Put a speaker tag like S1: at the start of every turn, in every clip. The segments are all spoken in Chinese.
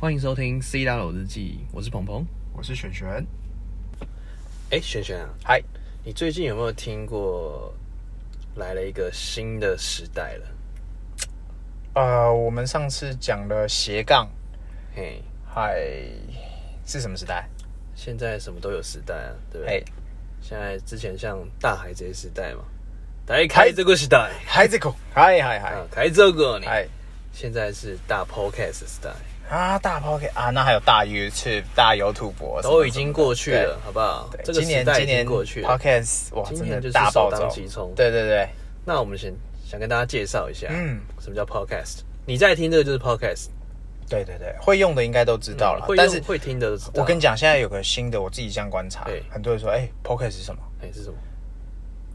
S1: 欢迎收听《C 大佬日记》，我是鹏鹏。
S2: 我是璇璇，
S1: 哎，璇璇啊，
S2: 嗨，
S1: 你最近有没有听过来了一个新的时代了？
S2: 呃，我们上次讲了斜杠，
S1: 嘿，
S2: 嗨，是什么时代？
S1: 现在什么都有时代啊，对不对？
S2: 哎，
S1: 现在之前像大海贼时代嘛，大海这个时代
S2: 嗨这口，嗨嗨
S1: 啊
S2: 嗨，
S1: 开这个你，
S2: 嗨
S1: 现在是大 podcast 时代，
S2: 啊，大 p o c k e t 啊，那还有大 YouTube、大 YouTube 什么
S1: 都已经过去
S2: 什么
S1: 了
S2: 的，
S1: 好不好？
S2: 对，
S1: 这
S2: 对
S1: 个
S2: 今
S1: 时
S2: 年
S1: 代
S2: 今
S1: 已经
S2: 年
S1: 过去
S2: p
S1: 了
S2: o。c k e t 哇，
S1: 今
S2: 真
S1: 年就
S2: 的
S1: 是
S2: 大
S1: 首
S2: 暴
S1: 当
S2: 走
S1: 其冲，
S2: 对对对，
S1: 那我们先想跟大家介绍一下，
S2: 嗯，
S1: 什么叫 podcast？你在听这个就是 podcast，
S2: 对对对，会用的应该都知道
S1: 嗯
S2: 了，
S1: 会
S2: 但
S1: 用
S2: 是
S1: 会听的都知道。
S2: 我跟你讲，现在有个新的，我自己这样观察
S1: 对，
S2: 很多人说，哎 p o c k e t 是什么？
S1: 哎、是什么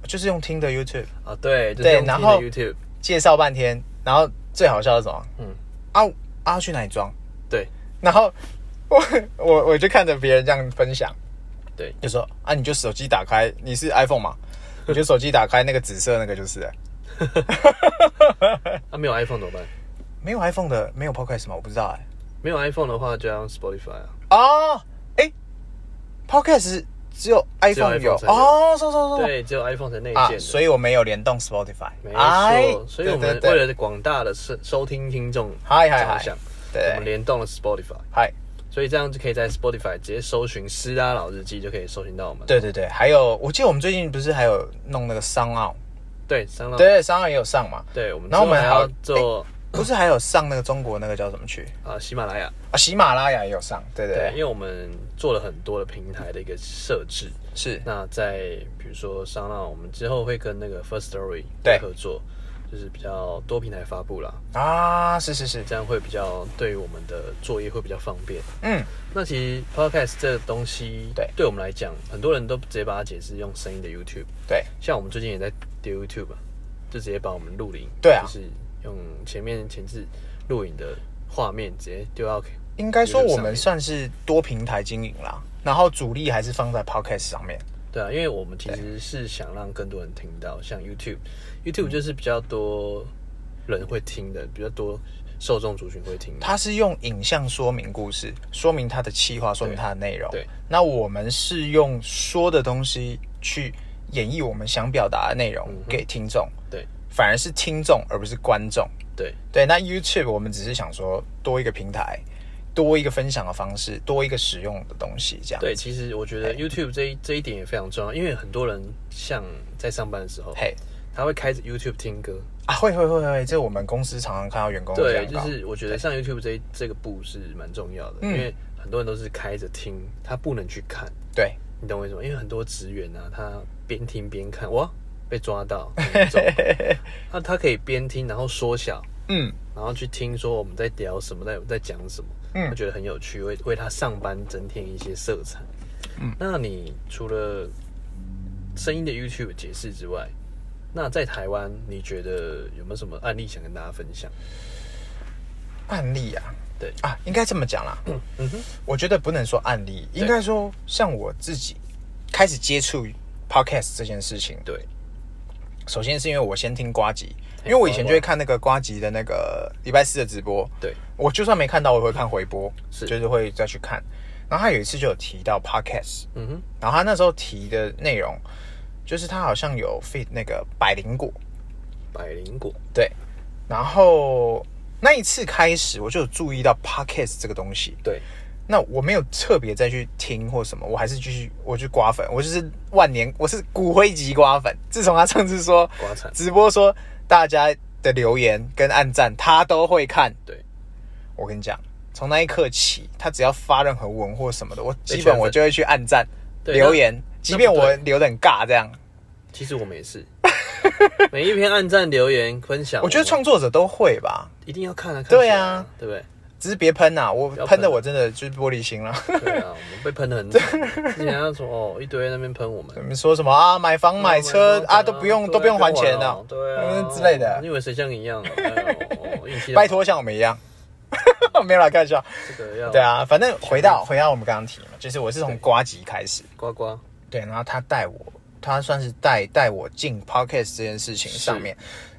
S2: 就是用听的 YouTube
S1: 啊？对，就是
S2: 对
S1: 用听
S2: 然
S1: 的
S2: 后
S1: YouTube，
S2: 介绍半天，然后最好笑的是什么？
S1: 嗯，
S2: 啊啊，去哪里装？
S1: 对
S2: 然后 我我我就看着别人这样分享，
S1: 对，
S2: 就说啊，你就手机打开，你是 iPhone 嘛？你就手机打开那个紫色那个就是了，
S1: 那、啊没有 iPhone 怎么办？
S2: 没有 iPhone 的没有 Podcast 吗？我不知道哎、
S1: 没有 iPhone 的话就要用 Spotify 啊。
S2: 哦，哎，Podcast 只有 iPhone 有
S1: iPhone 才有
S2: 哦，说说说
S1: 对，只有 iPhone 才内
S2: 啊
S1: 建，的。
S2: 所以我没有联动 Spotify，
S1: 没
S2: 哎
S1: 错，所以我们
S2: 对对
S1: 为
S2: 对
S1: 了广大的收收听听众
S2: 嗨嗨
S1: 着
S2: 嗨
S1: 想，我们
S2: 对，
S1: 联动了 Spotify，
S2: 嗨，
S1: 所以这样就可以在 Spotify 直接搜寻“斯拉老日记”就可以搜寻到我们。
S2: 对对对，还有我记得我们最近不是还有弄那个商奥，
S1: 对，三浪，
S2: 嗯对，商奥也有上嘛，
S1: 对，我们
S2: 然后我们
S1: 之还要
S2: 还有
S1: 做
S2: 不是还有上那个中国那个叫什么去？
S1: 啊喜马拉雅，
S2: 啊，喜马拉雅也有上，对对
S1: 对，因
S2: 对，
S1: 为我们做了很多的平台的一个设置。
S2: 是
S1: 那在比如说商浪，我们之后会跟那个 First Story
S2: 对
S1: 合作，就是比较多平台发布啦，
S2: 啊，是是是，
S1: 这样会比较对于我们的作业会比较方便。
S2: 嗯，
S1: 那其实 Podcast 这个东西，
S2: 对
S1: 对我们来讲，很多人都直接把它解释用声音的 YouTube，
S2: 对
S1: 像我们最近也在丢 YouTube，啊就直接把我们录影，
S2: 对啊
S1: 就是用前面前置录影的画面直接丢到
S2: 应该说我们算是多平台经营啦，然后主力还是放在 Podcast 上面，
S1: 对啊，因为我们其实是想让更多人听到，像 YouTube，YouTube 就是比较多人会听的，比较多受众族群会听的。
S2: 它是用影像说明故事，说明它的企划，说明它的内容。
S1: 对，
S2: 那我们是用说的东西去演绎我们想表达的内
S1: 嗯
S2: 容给听众，
S1: 对
S2: 反而是听众而不是观众。
S1: 对
S2: 对，那 YouTube 我们只是想说多一个平台，多一个分享的方式，多一个使用的东西，这样。
S1: 对，，其实我觉得 YouTube 这一这一点也非常重要，因为很多人像在上班的时候，
S2: 嘿、
S1: 他会开着 YouTube 听歌。
S2: 啊，会会会会，这我们公司常常看到员工会这
S1: 对，
S2: 样
S1: 就
S2: 搞
S1: 是我觉得上 YouTube 这一这个步是蛮重要的，因
S2: 嗯
S1: 为很多人都是开着听，他不能去看，
S2: 对
S1: 你懂我意思吗？因为很多职员啊，他边听边看，哇，被抓 到，很重那他可以边听，然后缩小，
S2: 嗯，
S1: 然后去听说我们在聊什么，在在讲什么，
S2: 嗯
S1: 我觉得很有趣，为为他上班增添一些色彩。
S2: 嗯，
S1: 那你除了声音的 YouTube 解释之外，那在台湾你觉得有没有什么案例想跟大家分享？
S2: 案例啊，
S1: 对
S2: 啊，应该这么讲啦。
S1: 嗯哼，
S2: 我觉得不能说案例，应该说像我自己开始接触 podcast 这件事情，
S1: 对，
S2: 首先是因为我先听瓜吉，
S1: 嘿
S2: 因为我以前
S1: 瓜
S2: 就会看那个瓜吉的那个礼拜四的直播，
S1: 对，
S2: 我就算没看到，我也会看回播，
S1: 是
S2: 就是会再去看。然后他有一次就有提到 podcast，
S1: 嗯哼，
S2: 然后他那时候提的内容就是他好像有 fit 那个百灵果，
S1: 百灵果，
S2: 对，然后那一次开始，我就有注意到 podcast 这个东西。
S1: 对，
S2: 那我没有特别再去听或什么，我还是继续我去刮粉，我就是万年，我是骨灰级刮粉。自从他上次说
S1: 瓜产，
S2: 直播说大家的留言跟暗赞，他都会看。
S1: 对，
S2: 我跟你讲，从那一刻起，他只要发任何文或什么的，我基
S1: 圈
S2: 本
S1: 粉
S2: 我就会去暗赞
S1: 对
S2: 留言，
S1: 那
S2: 即便
S1: 不
S2: 我
S1: 对
S2: 留的很尬这样。
S1: 其实我们也是， 每一篇按赞、留言、分享，
S2: 我觉得创作者都会吧，
S1: 一定要看啊，看
S2: 对
S1: 起来
S2: 啊，
S1: 对不对？
S2: 只是别喷呐、我
S1: 不要
S2: 喷的
S1: 喷啊
S2: 我真的就是玻璃心了。
S1: 对啊，我们被喷的很惨，之前他说哦，一堆人在那边喷我们
S2: 你，们说什么啊？买房买车
S1: 对
S2: 啊，都不用
S1: 对
S2: 都不用还钱
S1: 还
S2: 的
S1: 哦，对啊
S2: 嗯之类的
S1: 你以为谁像你一样 哦？哎呦哦运气好
S2: 拜，托像我们一样， 没有啦，开玩笑。
S1: 这个要
S2: 对，啊，反正回到回到我们刚刚提嘛，就是我是从瓜吉开始，
S1: 呱呱，
S2: 对，然后他带我，他算是带带我进 podcast 这件事情上面。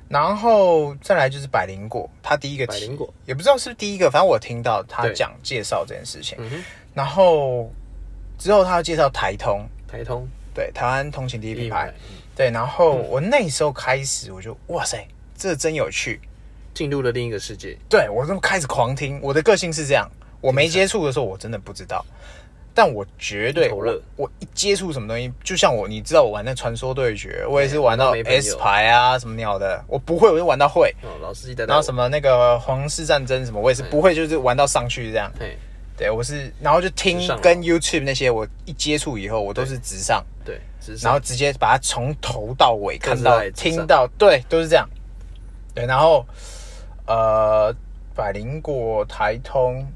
S2: 然后再来就是百灵果，他第一个提
S1: 百灵果
S2: 也不知道是不是第一个，反正我听到他
S1: 对
S2: 讲介绍这件事情。
S1: 嗯哼，
S2: 然后之后他又介绍台通，
S1: 台通
S2: 对，台湾通勤第一品牌，
S1: 嗯
S2: 对。然后我那时候开始我就哇塞，这真有趣，
S1: 进入了另一个世界，
S2: 对我就开始狂听。我的个性是这样，我没接触的时候我真的不知道，但我绝对
S1: 一头热
S2: 我我一接触什么东西，就像我，你知道我玩那传说对决，我也是玩到
S1: 哎玩到没朋友
S2: S 牌啊什么鸟的，我不会我就玩到会，
S1: 哦，老司机带到
S2: 然后什么那个皇室战争什么，我也
S1: 哎
S2: 是不会就是玩到上去这样。
S1: 嘿，
S2: 对我是，然后就听
S1: 直上
S2: 跟 YouTube 那些，我一接触以后，我都是直上，
S1: 对，只是
S2: 然后直接把它从头到尾
S1: 各
S2: 看
S1: 自
S2: 到
S1: 来直上
S2: 听到，对，都是这样。对，然后呃，百灵果、台通，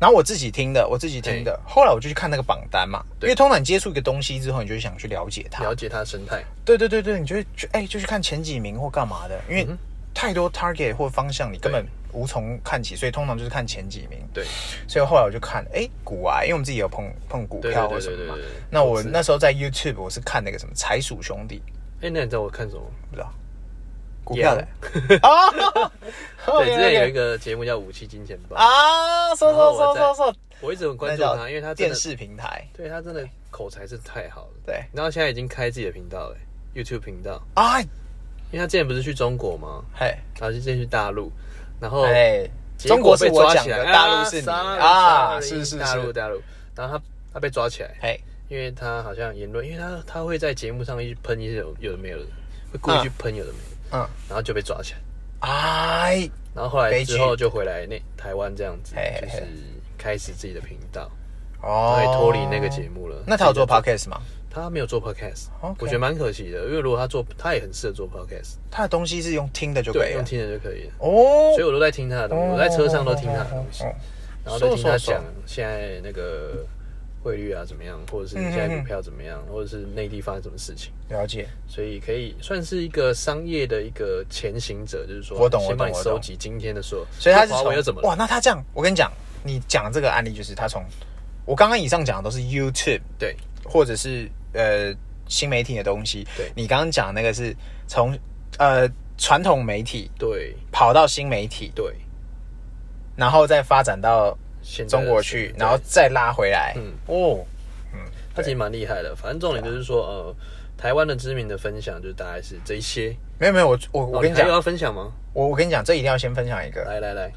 S2: 然后我自己听的，我自己听的。后来我就去看那个榜单嘛，因
S1: 对
S2: 为通常你接触一个东西之后，你就会想去了解它。
S1: 了解它的生态，
S2: 对对对对，你就会去哎、就去看前几名或干嘛的，因为
S1: 嗯
S2: 太多 target 或方向，你根本无从看起，所以通常就是看前几名。
S1: 对，
S2: 所以后来我就看，哎、股啊，因为我们自己有碰碰股
S1: 对
S2: 票
S1: 对对
S2: 或什么
S1: 对
S2: 嘛
S1: 对对。
S2: 那我
S1: 投资
S2: 那时候在 YouTube 我是看那个什么财鼠兄弟，
S1: 哎，那你知道我看什么？
S2: 不知道股票的啊，
S1: 对，之前有一
S2: 个
S1: 个节目叫《武器金钱豹》，
S2: 啊，说说说说说，
S1: 我一直很关
S2: 那
S1: 注
S2: 叫
S1: 他，因为他真
S2: 电
S1: 的，
S2: 视平台
S1: 对他真的口才是太好了。
S2: 对
S1: 然后现在已经开自己的频道了，YouTube 频道，
S2: 啊，
S1: 因为他之前不是去中国吗？
S2: 嘿，
S1: 然后就先去大陆，然后
S2: 哎，
S1: 结
S2: 中国
S1: 果
S2: 是
S1: 被
S2: 我
S1: 抓
S2: 讲
S1: 起来，
S2: 的，大陆是你的
S1: 啊，sorry，
S2: 啊，
S1: sorry，
S2: 是是
S1: 大陆
S2: 是，
S1: 大陆，然后他他被抓起来，
S2: 嘿。
S1: 因为他好像言论，因为他他会在节目上一直喷一些有有的没有的，会故意去喷有的没有的，
S2: 嗯，
S1: 然后就被抓起来，
S2: 哎，
S1: 然后后来
S2: 悲
S1: 之
S2: 剧
S1: 后就回来那台湾这样子，
S2: 嘿
S1: 就
S2: 嘿嘿
S1: 是开始自己的频道，
S2: 哦
S1: 对，脱离那个节目了。
S2: 那他有做
S1: 自己在
S2: podcast 吗？
S1: 他没有做 podcast，
S2: OK
S1: 我觉得蛮可惜的，因为如果他做，他也很适合做 podcast，
S2: 他的东西是用听的就可
S1: 对，
S2: 以
S1: 用
S2: 了。
S1: 听的就可以了。
S2: 哦
S1: 所以我都在听他的东西，我在车上都听他的东西
S2: 哦哦哦哦，
S1: 然后就听他
S2: 说说
S1: 讲
S2: 说
S1: 现在那个汇率啊怎么样，或者是
S2: 嗯嗯
S1: 现在
S2: 嗯
S1: 股票怎么样，或者是内地发生什么事情，
S2: 了解。
S1: 所以可以算是一个商业的一个前行者，就是说，
S2: 我懂我懂
S1: 先帮你
S2: 我懂
S1: 收集今天的所有，
S2: 所以他是
S1: 华为又怎
S2: 从
S1: 么
S2: 哇，
S1: 了？
S2: 那他这样，我跟你讲，你讲这个案例就是他从我刚刚以上讲的都是 YouTube
S1: 对
S2: 或者是呃新媒体的东西。
S1: 对
S2: 你刚刚讲那个是从呃传统媒体
S1: 对
S2: 跑到新媒体，
S1: 对，
S2: 然后再发展到
S1: 现在
S2: 中
S1: 的
S2: 国
S1: 是
S2: 去，然后再拉回来。
S1: 嗯
S2: 哦，
S1: 他其实蛮厉害的。反正重点就是说，呃，台湾的知名的分享就大概是这一些。
S2: 没有没有，我我我
S1: 哦
S2: 跟你
S1: 还
S2: 讲呃
S1: 有，要分享吗？
S2: 我我跟你讲，这一定要先分享一个。
S1: 来来来，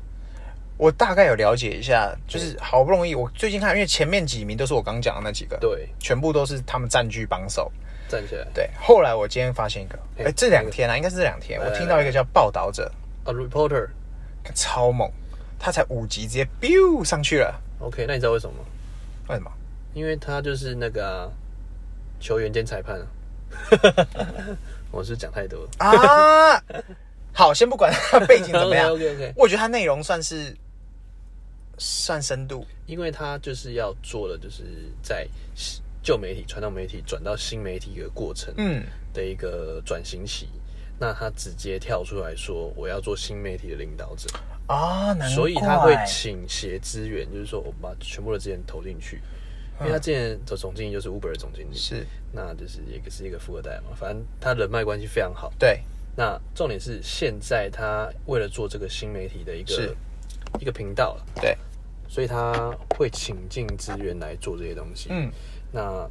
S2: 我大概有了解一下，就是好不容易我最近看，因为前面几名都是我刚讲的那几个，，
S1: 对，
S2: 全部都是他们占据榜首。
S1: 站起来。
S2: 对，后来我今天发现一个，
S1: 嘿
S2: 哎、这两天啊，应该是这两天，
S1: 来
S2: 我
S1: 来
S2: 听到一个叫报道者，
S1: 啊，reporter，OK，、
S2: 超猛，他才五级直接 biu 上去了，
S1: OK，那你知道为什么吗？
S2: 为 什么？
S1: 因为他就是那个啊、球员兼裁判 啊。我是讲太多了。
S2: 啊，好，先不管他背景怎么 样
S1: OK OK，
S2: 我觉得他内容算是算深度，
S1: 因为他就是要做的，就是在旧媒体、传统媒体转到新媒体一个过程
S2: 嗯，
S1: 的一个转型期。那他直接跳出来说，我要做新媒体的领导者，
S2: 啊，难怪，
S1: 所以他会倾斜资源，就是说我们把全部的资源投进去。因为他之前的总经理就是 Uber 的总经理，
S2: 嗯是
S1: 那就是也是一个富二代嘛，反正他人脉关系非常好。
S2: 对，
S1: 那重点是现在他为了做这个新媒体的一个
S2: 是
S1: 一个频道了，
S2: 对，
S1: 所以他会请进资源来做这些东西。
S2: 嗯，
S1: 那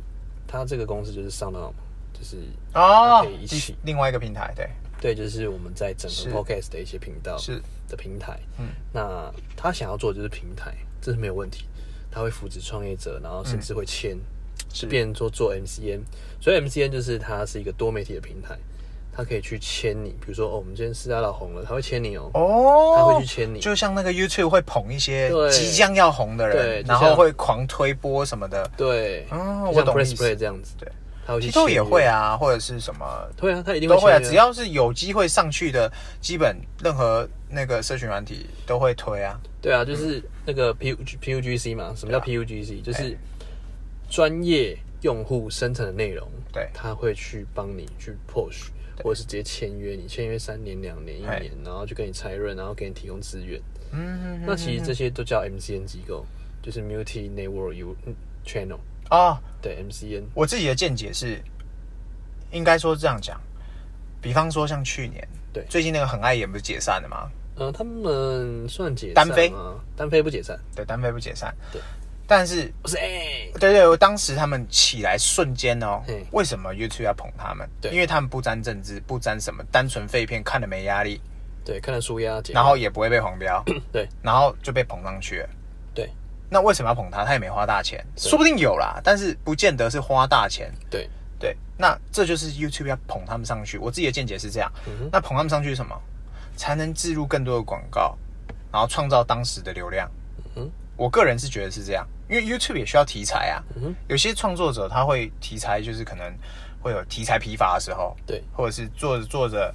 S1: 他这个公司就是 SoundOn，就是
S2: 啊
S1: 可以一起
S2: 另外一个平台，对，
S1: 对，就是我们在整
S2: 是
S1: 合 Podcast 的一些频道
S2: 是
S1: 的平台。
S2: 嗯，
S1: 那他想要做的就是平台，这是没有问题。他会扶持创业者，然后甚至会签，
S2: 嗯是
S1: 变成说做 MCN。所以 MCN 就是它是一个多媒体的平台，它可以去签你，比如说哦，我们今天四大佬红了，他会签你哦。
S2: 哦，
S1: 他会去签你
S2: 就像那个 YouTube 会捧一些
S1: 对
S2: 即将要红的
S1: 对
S2: 人，
S1: 就
S2: 然
S1: 像
S2: 后会狂推播什么的。
S1: 对，
S2: 哦
S1: 就
S2: 我
S1: 像
S2: 懂
S1: Press
S2: 意思
S1: Play 这样子，
S2: 对
S1: 他会去签
S2: Tito 也
S1: 约
S2: 会，啊，或者是什么
S1: 对啊，他一定
S2: 都会啊，
S1: 签约
S2: 只要是有机会上去的，基本任何那个社群软体都会推啊。
S1: 对啊，就是那个 P P U G C 嘛，什么叫 P U G C？、就是
S2: 哎
S1: 专业用户生成的内容，
S2: 对
S1: 他会去帮你去 push，或者是直接签约你，签约三年、两年、一
S2: 哎
S1: 年，然后就跟你拆润，然后给你提供资源。
S2: 嗯，
S1: 那其实这些都叫 MCN 机构，就是 Multi Network U Channel，
S2: 啊，
S1: 对 MCN，
S2: 我自己的见解是，应该说这样讲，比方说像去年
S1: 对
S2: 最近那个很爱演不是解散了吗？
S1: 呃，他们算解
S2: 单飞
S1: 吗？单飞不解散，
S2: 对，单飞不解散。
S1: 对，
S2: 但是
S1: 不是哎，
S2: 对对，我当时他们起来瞬间哦
S1: 嗯，
S2: 为什么 YouTube 要捧他们？
S1: 对
S2: 因为他们不沾政治，不沾什么，单纯废片，看了没压力，
S1: 对，看了舒压节目，
S2: 然后也不会被黄标，
S1: 对
S2: 然后就被捧上去了。
S1: 对
S2: 那为什么要捧他？他也没花大钱，说不定有啦，但是不见得是花大钱。
S1: 对，
S2: 对，那这就是 YouTube 要捧他们上去。我自己的见解是这样，
S1: 嗯哼
S2: 那捧他们上去是什么？才能置入更多的广告，然后创造当时的流量。
S1: 嗯
S2: 我个人是觉得是这样，因为 YouTube 也需要题材啊。
S1: 嗯哼
S2: 有些创作者他会题材，就是可能会有题材疲乏的时候，
S1: 对
S2: 或者是做着做着，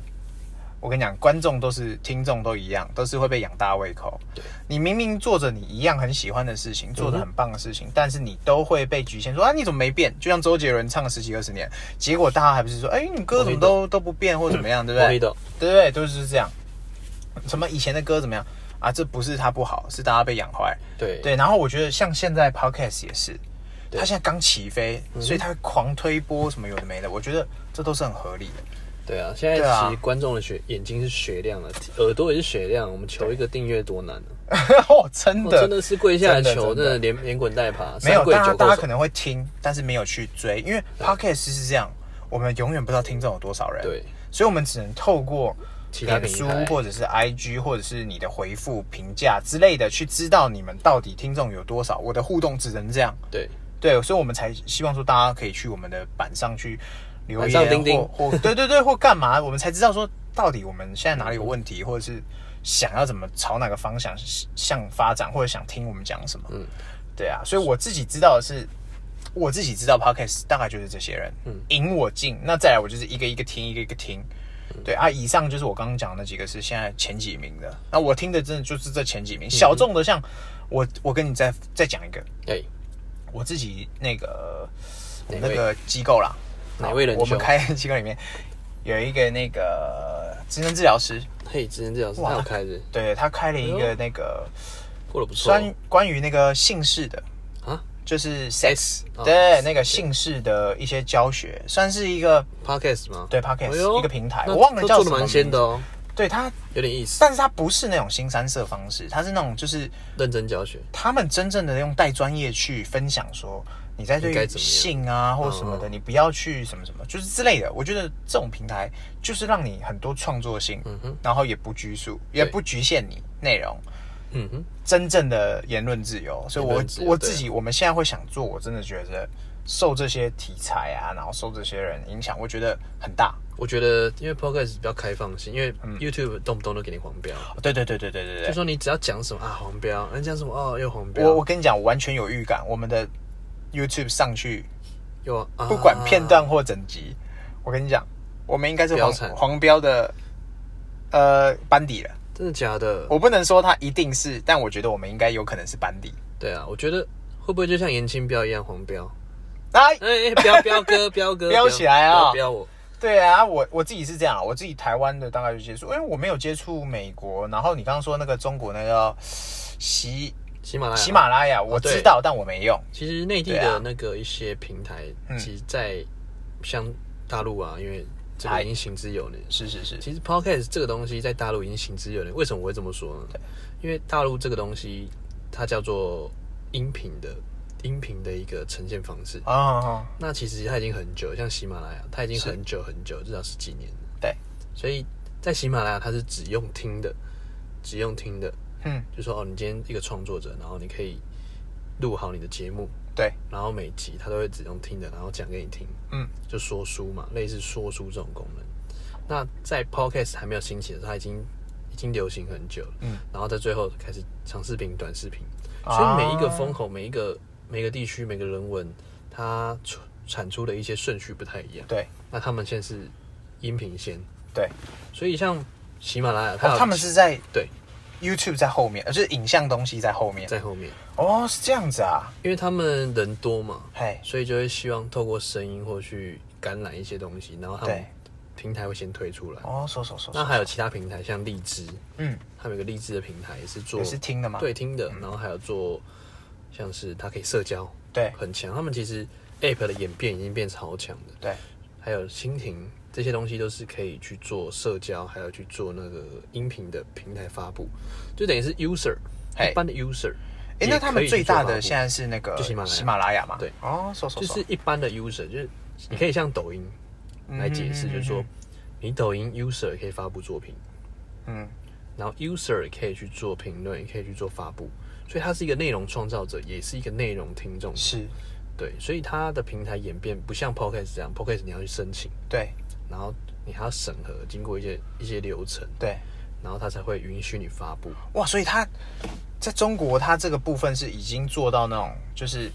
S2: 我跟你讲，观众都是听众都一样，都是会被养大胃口。
S1: 对，嗯
S2: 你明明做着你一样很喜欢的事情，做着很棒的事情，但是你都会被局限说啊，你怎么没变？就像周杰伦唱了十几二十年，结果大家还不是说，哎、你歌怎么都都不变或怎 么样，对不
S1: 我
S2: 对？
S1: 一懂，
S2: 对不对？都是这样。什么以前的歌怎么样啊？这不是他不好，是大家被养坏。
S1: 对
S2: 对，然后我觉得像现在 podcast 也是，
S1: 对嗯
S2: 它现在刚起飞，所以它会狂推波什么有的没的，我觉得这都是很合理的。
S1: 对啊！现在
S2: 对啊
S1: 其实观众的雪眼睛是雪亮的，耳朵也是雪亮，我们求一个订阅多难啊！
S2: 哦，真
S1: 哦
S2: 的，
S1: 真的是跪下来
S2: 真的
S1: 求，
S2: 真
S1: 真
S2: 的
S1: 的连连滚带爬，
S2: 没有
S1: 三跪
S2: 大家
S1: 九
S2: 大家
S1: 叩
S2: 可
S1: 首。
S2: 能会听，但是没有去追，因为 podcast 是这样，我们永远不知道听众有多少人，
S1: 对，
S2: 所以我们只能透过。
S1: 其他
S2: 脸
S1: 平
S2: 书
S1: 台
S2: 或者是 IG 或者是你的回复、评价之类的，去知道你们到底听众有多少。我的互动只能这样，
S1: 对
S2: 对，所以我们才希望说大家可以去我们的板上去留
S1: 板
S2: 言，
S1: 上钉钉
S2: 或或对对对，或干嘛，我们才知道说到底我们现在哪里有问题，或者是想要怎么朝哪个方向向发展，或者想听我们讲什么。
S1: 嗯，
S2: 对啊，所以我自己知道的是，我自己知道 podcast 大概就是这些人，
S1: 嗯
S2: 引我进，那再来我就是一个一个听，一个一个听。
S1: 嗯
S2: 对啊，以上就是我刚刚讲的那几个是现在前几名的。那我听的真的就是这前几
S1: 嗯
S2: 名，小众的像我，我跟你再再讲一个，
S1: 哎，
S2: 我自己那个我
S1: 哪
S2: 们
S1: 位
S2: 那个机构啦，
S1: 哪位仁兄
S2: 我们开的机构里面有一个那个职能治疗师，
S1: 嘿，之前这样是
S2: 哇
S1: 他有开的，
S2: 对他开了一
S1: 哎
S2: 个
S1: 呦
S2: 那个
S1: 过得不错哦
S2: 关关于那个姓氏的，
S1: 啊。
S2: 就是 sex，
S1: 哦
S2: 对那个姓氏的一些教学，算是一个
S1: Podcast 吗？
S2: 对 podcast，
S1: 哎呦
S2: 一个平台
S1: 那
S2: 我忘了
S1: 都
S2: 叫
S1: 做
S2: 什
S1: 的
S2: 么
S1: 蛮先
S2: 名
S1: 的哦，
S2: 对他，
S1: 有点意思，
S2: 但是他不是那种新三色方式，他是那种就是
S1: 认真教学。
S2: 他们真正的用带专业去分享说。你在对
S1: 应该
S2: 于
S1: 怎么样嗯
S2: 性啊或什么的，你不要去什么什么，就是之类的。我觉得这种平台就是让你很多创作性，
S1: 嗯哼，
S2: 然后也不拘束，也不局限你内容，
S1: 嗯哼，
S2: 真正的言论自由。所以
S1: 言
S2: 我
S1: 论自由
S2: 我
S1: 对
S2: 自己我们现在会想做，我真的觉得受这些题材啊，然后受这些人影响，我觉得很大。
S1: 我觉得因为 Podcast 比较开放性，因为 YouTube 动不动都给你黄标，
S2: 哦对对对对对嗯对
S1: 就
S2: 对。
S1: 说你只要讲什么啊黄标，人讲什么哦又黄标，
S2: 我我跟你讲，我完全有预感，我们的 YouTube 上去，
S1: 又啊
S2: 不管片段或整集，我跟你讲，我们应该是黄
S1: 标惨
S2: 黄标的呃班底了。
S1: 真的假的？
S2: 我不能说它一定是，但我觉得我们应该有可能是班底。
S1: 对啊，我觉得会不会就像严清标一样黄标？
S2: 来，
S1: 哎、哎 标标哥标哥
S2: 标起来啊
S1: 标标我
S2: 对啊，我我自己是这样啊，我自己台湾的大概就接触，因为我没有接触美国。然后你刚刚说那个中国那个喜
S1: 喜马拉雅。哦
S2: 喜马拉雅，我
S1: 对
S2: 知道，但我没用。
S1: 其实内地
S2: 对啊嗯
S1: 的那个一些平台，其实在像大陆啊，因为这个已经行之有年，
S2: 是是是，
S1: 其实 podcast 这个东西在大陆已经行之有年，为什么我会这么说呢？因为大陆这个东西，它叫做音频的音频的一个呈现方式。
S2: 啊、哦，
S1: 那其实它已经很久，像喜马拉雅，它已经很久很久，至少十几年了。
S2: 对，
S1: 所以在喜马拉雅，它是只用听的，只用听的，
S2: 嗯，
S1: 就说哦，你今天一个创作者，然后你可以录好你的节目，
S2: 对，
S1: 然后每集它都会只用听的，然后讲给你听，
S2: 嗯，
S1: 就说书嘛，类似说书这种功能。那在 podcast 还没有兴起的时候，它已经已经流行很久了，
S2: 嗯，
S1: 然后在最后开始长视频、短视频，
S2: 啊
S1: 所以每一个风口、每一个每个地区、每个人文，它出产出的一些顺序不太一样。
S2: 对
S1: 那他们现在是音频先，
S2: 对、
S1: 所以像喜马拉雅，它
S2: 哦，
S1: 有
S2: 他们是在
S1: 对
S2: YouTube 在后面，呃，就是影像东西在后面。
S1: 在后面，
S2: 哦，是这样子啊，
S1: 因为他们人多嘛，
S2: 嘿，
S1: 所以就会希望透过声音或去感染一些东西，然后他们
S2: 对
S1: 平台会先推出来。
S2: 哦，说说说，
S1: 那
S2: 说
S1: 还有其他平台，像荔枝，
S2: 嗯，
S1: 他们有个荔枝的平台也是做
S2: 也是听的嘛，嗯
S1: 对听的，然后还有做像是它可以社交，
S2: 对
S1: 很强。他们其实 App 的演变已经变超强的，
S2: 对，
S1: 还有蜻蜓这这些东西都是可以去做社交，还有去做那个音频的平台发布，就等于是 user
S2: 嘿
S1: 一般的 user
S2: 哎、
S1: 也可以去做发布。
S2: 那他们最大的现在是那个
S1: 就喜马拉雅
S2: 喜马拉雅嘛？
S1: 对，
S2: 哦，搜搜
S1: 就
S2: 搜，
S1: 是一般的 user，就是你可以像抖音来解释，
S2: 嗯
S1: 就是说你抖音 user 也可以发布作品，
S2: 嗯，
S1: 然后 user 也可以去做评论，也可以去做发布，所以它是一个内容创造者，也是一个内容听众。
S2: 是，
S1: 对，所以它的平台演变不像 podcast 这样，podcast 你要去申请，
S2: 对
S1: 然后你还要审核，经过一些一些流程，
S2: 对，
S1: 然后它才会允许你发布。
S2: 哇，所以他在中国，他这个部分是已经做到那种，就是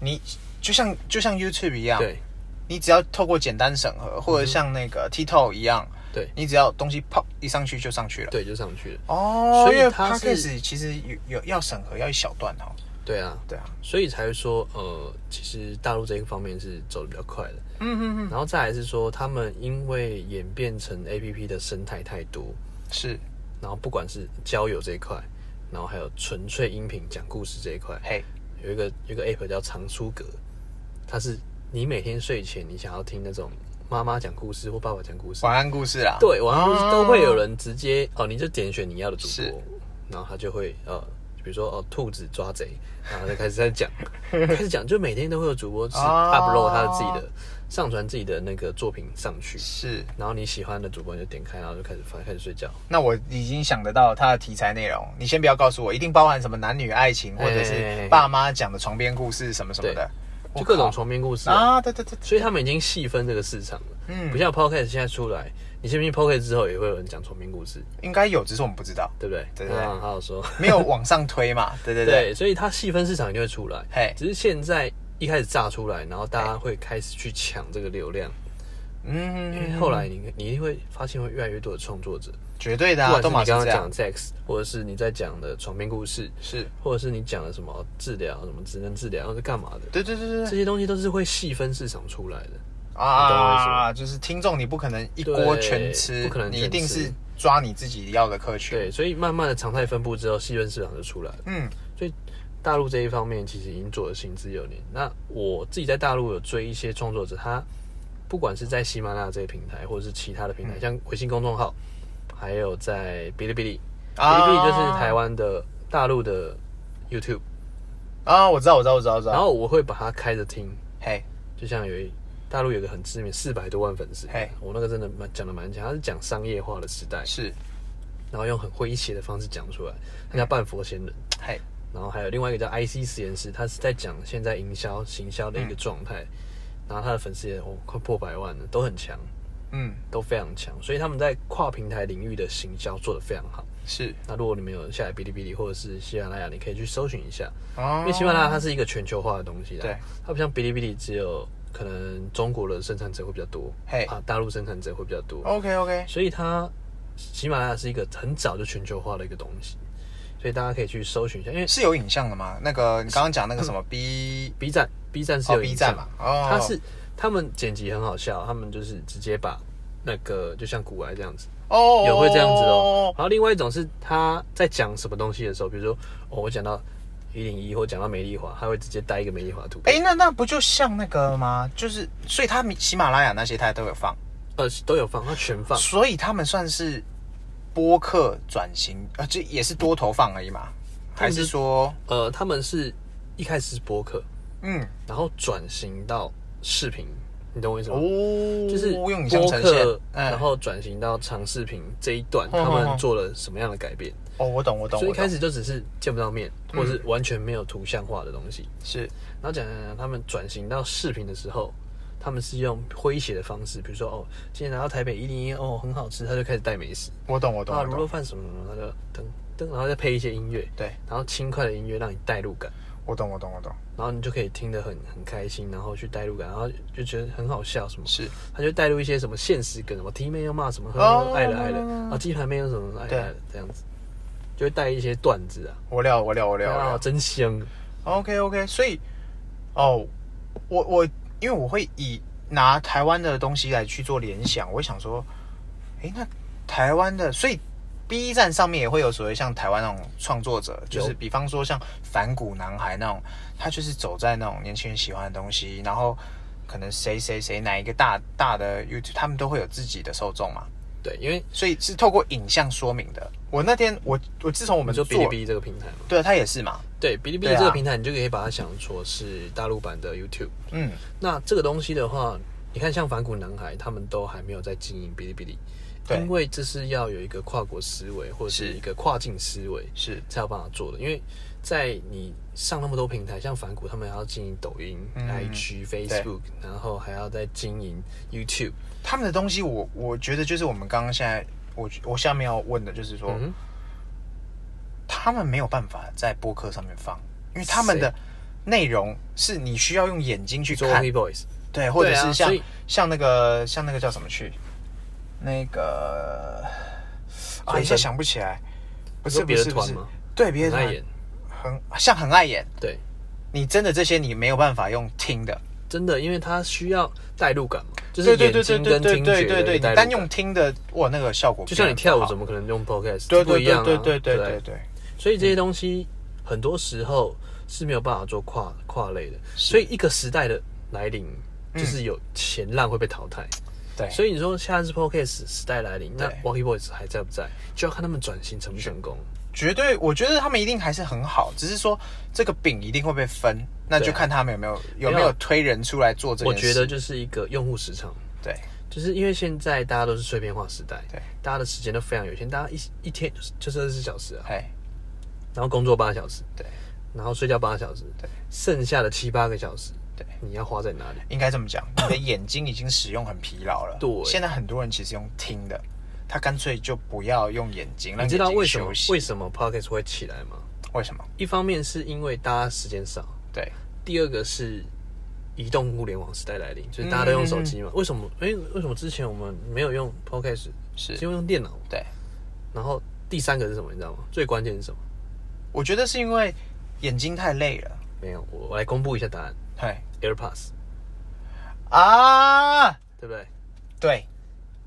S2: 你就像就像 YouTube 一样，
S1: 对嗯
S2: 你只要透过简单审核，或者像那个 TikTok 一样，
S1: 对
S2: 你只要东西 pop 一上去就上去了。
S1: 对，就上去了。
S2: 哦，
S1: 所以
S2: 因为
S1: 它是
S2: podcast 其实有有要审核要一小段哦。
S1: 对啊，
S2: 对啊，
S1: 所以才会说，呃，其实大陆这一方面是走的比较快的。
S2: 嗯嗯嗯，
S1: 然后再来是说，他们因为演变成 A P P 的生态太多，
S2: 是，
S1: 然后不管是交友这一块，然后还有纯粹音频讲故事这一块，
S2: 嘿，
S1: 有一个有一个 app 叫长出格，它是你每天睡前你想要听那种妈妈讲故事或爸爸讲故事，
S2: 晚安故事啦。
S1: 对，晚上故事
S2: 哦
S1: 都会有人直接哦，你就点选你要的主
S2: 是
S1: 播，然后他就会呃，比如说哦，兔子抓贼，然后就开始在讲，开始讲，就每天都会有主播是
S2: 哦
S1: upload 他的自己的、上传自己的那个作品上去，
S2: 是。
S1: 然后你喜欢的主播你就点开，然后就开始翻开始睡觉，
S2: 那我已经想得到它的题材内容，你先不要告诉我，一定包含什么男女爱情，或者是
S1: 哎
S2: 爸妈讲的床边故事什么什么的，
S1: 就
S2: 我
S1: 各种
S2: 靠
S1: 床边故事啊
S2: 啊，对对对，
S1: 所以他们已经细分这个市场了，
S2: 嗯
S1: 不像 podcast 现在出来，你信不信 podcast 之后也会有人讲床边故事，
S2: 应该有，只是我们不知道，
S1: 对不对？
S2: 对对对
S1: 啊，好好说。
S2: 没有往上 推嘛，对对对，
S1: 对，所以它细分市场就会出来。
S2: 嘿
S1: 只是现在一开始炸出来，然后大家会开始去抢这个流量，因为
S2: 嗯，
S1: 后来你你一定会发现会越来越多的创作者，
S2: 绝对的、
S1: 不
S2: 啊，
S1: 管
S2: 都
S1: 是
S2: 马
S1: 你刚刚
S2: 上这
S1: 讲
S2: 样，
S1: 的 sex，或者是你在讲的床边故事，
S2: 是，
S1: 或者是你讲的什么治疗、什么职能治疗，或是干嘛的，
S2: 对对对对
S1: 这
S2: 对，
S1: 些东西都是会细分市场出来的。你懂我意思
S2: 啊，
S1: 吗
S2: 就是听众你不可能一锅全吃，
S1: 对不可能
S2: 你
S1: 全
S2: 一定
S1: 吃
S2: 是抓你自己要的客群，
S1: 对，，所以慢慢的常态分布之后，细分市场就出来了。
S2: 嗯，
S1: 所以大陆这一方面其实已经做了行之有年。那我自己在大陆有追一些创作者，他不管是在喜马拉雅这些平台，或者是其他的平
S2: 嗯
S1: 台，像微信公众号，还有在哔哩哔哩，
S2: 啊
S1: 哔哩哔哩就是台湾的大陆的 YouTube，
S2: 啊，我知道我知道我知道我知
S1: 然
S2: 道，
S1: 后我会把它开着听，
S2: 嘿，
S1: 就像有一。大陆有一个很知名，四百多万粉丝
S2: 嘿。
S1: 我那个真的蛮讲的蛮强，他是讲商业化的时代，
S2: 是，
S1: 然后用很诙谐的方式讲出来。他
S2: 嗯
S1: 叫半佛仙人，
S2: 嘿，
S1: 然后还有另外一个叫 IC 实验室，他是在讲现在营销行销的一个状态，然后他的粉丝也哦快破百万了，都很强，
S2: 嗯，
S1: 都非常强，所以他们在跨平台领域的行销做得非常好。
S2: 是，
S1: 那如果你们有下载哔哩哔哩或者是喜马拉雅，你可以去搜寻一下，
S2: 哦，
S1: 因为喜马拉雅它是一个全球化的东西啦，
S2: 对，
S1: 它不像哔哩哔哩只有可能中国的生产者会比较多，
S2: 嘿哦
S1: 啊，大陆生产者会比较多，
S2: ，OK OK，
S1: 所以它喜马拉雅是一个很早就全球化的一个东西，所以大家可以去搜寻一下，因为
S2: 是有影像的吗？那个你刚刚讲那个什么 B
S1: B 站，B 站嗯是
S2: 哦
S1: 有
S2: B
S1: 影
S2: 站
S1: 像
S2: 嘛，哦，
S1: 他是他们剪辑很好笑，他们就是直接把那个就像古玩这样子，
S2: 哦，
S1: 有会这样子的哦。，然后另外一种是他在讲什么东西的时候，比如说哦，我讲到一零一或讲到美丽华，他会直接带一个美丽华图片，
S2: 哎，那那不就像那个吗？就是，所以他们喜马拉雅那些他都有放，
S1: 呃，都有放，他全放。
S2: 所以他们算是播客转型，呃，这也是多投放而已嘛？
S1: 他
S2: 还
S1: 们就是
S2: 说，
S1: 呃，他们是一开始是播客，
S2: 嗯，
S1: 然后转型到视频，你懂我意思吗？
S2: 哦，
S1: 啊就是
S2: 用影像
S1: 播
S2: 呈现
S1: 客，，
S2: 嗯
S1: 然后转型到长视频这一段，
S2: 嗯
S1: 他
S2: 嗯嗯
S1: 们做了什么样的改变？
S2: 哦，我懂，我懂，嗯
S1: 所以一
S2: 我懂
S1: 开始就只是见不到面，或者是完全没有图像化的东西。
S2: 是
S1: 然后讲讲讲，他们转型到视频的时候，他们是用诙谐的方式，比如说哦，今天来到台北一零一，哦，很好吃，他就开始带美食，
S2: 我懂，我懂，
S1: 啊，
S2: 我
S1: 卤
S2: 懂
S1: 肉，饭什么什么，他就噔噔，然后再配一些音乐，
S2: 对，
S1: 然后轻快的音乐让你带入感，
S2: 我懂，我懂，我懂，
S1: 然后你就可以听得很很开心，然后去带入感，然后就觉得很好笑什么。
S2: 是
S1: 他就带入一些什么现实梗，什么 T 妹又骂什么，呵
S2: 哦
S1: 呵爱了爱了，
S2: 嗯
S1: 啊，鸡排妹又什么爱了爱了，这样子，就会带一些段子啊，
S2: 我了，我了，我了，我
S1: 啊，
S2: 了。
S1: 真香。
S2: OK OK，所以哦，我我因为我会以拿台湾的东西来去做联想，我会想说，诶，那台湾的，所以 B 站上面也会有所谓像台湾那种创作者，就是比方说像反骨男孩那种，他就是走在那种年轻人喜欢的东西，然后可能谁谁谁哪一个大大的 YouTube，他们都会有自己的受众嘛，
S1: 对，因为
S2: 所以是透过影像说明的。我那天我我自从我
S1: 我
S2: 们
S1: 们说
S2: 做，
S1: 哔哩哔哩这个平台嘛，
S2: 对啊，他也是嘛，
S1: 对，哔哩哔
S2: 对
S1: 哩
S2: 啊
S1: 这个平台，你就可以把它想说是大陆版的 YouTube。
S2: 嗯，
S1: 那这个东西的话，你看像反骨男孩，他们都还没有在经营哔哩哔哩，
S2: 对
S1: 因为这是要有一个跨国思维或者是
S2: 是
S1: 一个跨境思维
S2: 是
S1: 才有办法做的。因为在你上那么多平台，像反骨他们还要经营抖音、
S2: 嗯
S1: IG、Facebook，然后还要再经营 YouTube。
S2: 他们的东西我，我觉得就是我们刚刚现在，我我下面要问的就是说，
S1: 嗯哼，
S2: 他们没有办法在播客上面放，因为他们
S1: 谁
S2: 的内容是你需要用眼睛去
S1: 做
S2: 看
S1: Only，Boys，
S2: 对，或者
S1: 对啊
S2: 是像、
S1: 所以
S2: 像那个像那个叫什么去，那个啊，
S1: 说
S2: 一下
S1: 真
S2: 想不起来，不
S1: 你
S2: 是
S1: 说
S2: 不
S1: 别的
S2: 是不
S1: 团
S2: 是
S1: 吗，
S2: 对，别的
S1: 很爱
S2: 团
S1: 演，
S2: 很像很碍眼，
S1: 对，
S2: 你真的这些你没有办法用听的，
S1: 真的，因为它需要代入感嘛，就
S2: 对
S1: 是
S2: 对
S1: 眼
S2: 对对
S1: 睛
S2: 对
S1: 跟
S2: 对
S1: 听
S2: 对
S1: 觉
S2: 对
S1: 的
S2: 对，
S1: 一个代入感。
S2: 你单用听的，哇，那个效果
S1: 就像你
S2: 变得
S1: 跳
S2: 不
S1: 舞，
S2: 好
S1: 怎么可能用 podcast？
S2: 对
S1: 不
S2: 对
S1: 一样
S2: 对
S1: 啊
S2: 对对对
S1: 不
S2: 对对。
S1: 所以这些东西很多时候是没有办法做跨跨类的。
S2: 是
S1: 所以一个时代的来临，
S2: 嗯
S1: 就是有前浪会被淘汰。
S2: 对，
S1: 所以你说下一次 podcast 时代来临，那
S2: 对
S1: Walkie Boys 还在不在，就要看他们转型成不成功。
S2: 绝对，我觉得他们一定还是很好，只是说这个饼一定会被分，那就
S1: 对啊
S2: 看他们有没有有
S1: 没
S2: 没有
S1: 有
S2: 推人出来做这
S1: 我
S2: 件事。
S1: 觉得就是一个用户时长，
S2: 对，
S1: 就是因为现在大家都是碎片化时代，
S2: 对，
S1: 大家的时间都非常有限，大家一一天就是就是二十四小时啊，
S2: 哎，
S1: 然后工作八小时，
S2: 对，
S1: 然后睡觉八小时，
S2: 对，
S1: 剩下的七八个小时，
S2: 对，
S1: 你要花在哪里？
S2: 应该这么讲，你的眼睛已经使用很疲劳了。
S1: 对
S2: 现在很多人其实用听的，他干脆就不要用眼睛，让
S1: 你知道
S2: 眼睛
S1: 为什么
S2: 休息
S1: 为什么 podcast 会起来吗？
S2: 为什么？
S1: 一方面是因为大家时间少，
S2: 对，
S1: 第二个是移动互联网时代来临，就是大家都用手机
S2: 嗯
S1: 嘛。为什么？因为为什么之前我们没有用 podcast，
S2: 是
S1: 是因为用电脑？
S2: 对，
S1: 然后第三个是什么？你知道吗？最关键是什么？
S2: 我觉得是因为眼睛太累了。
S1: 没有，我我来公布一下答案
S2: 嘿，
S1: ，AirPods，
S2: 啊，
S1: 对不对？
S2: 对，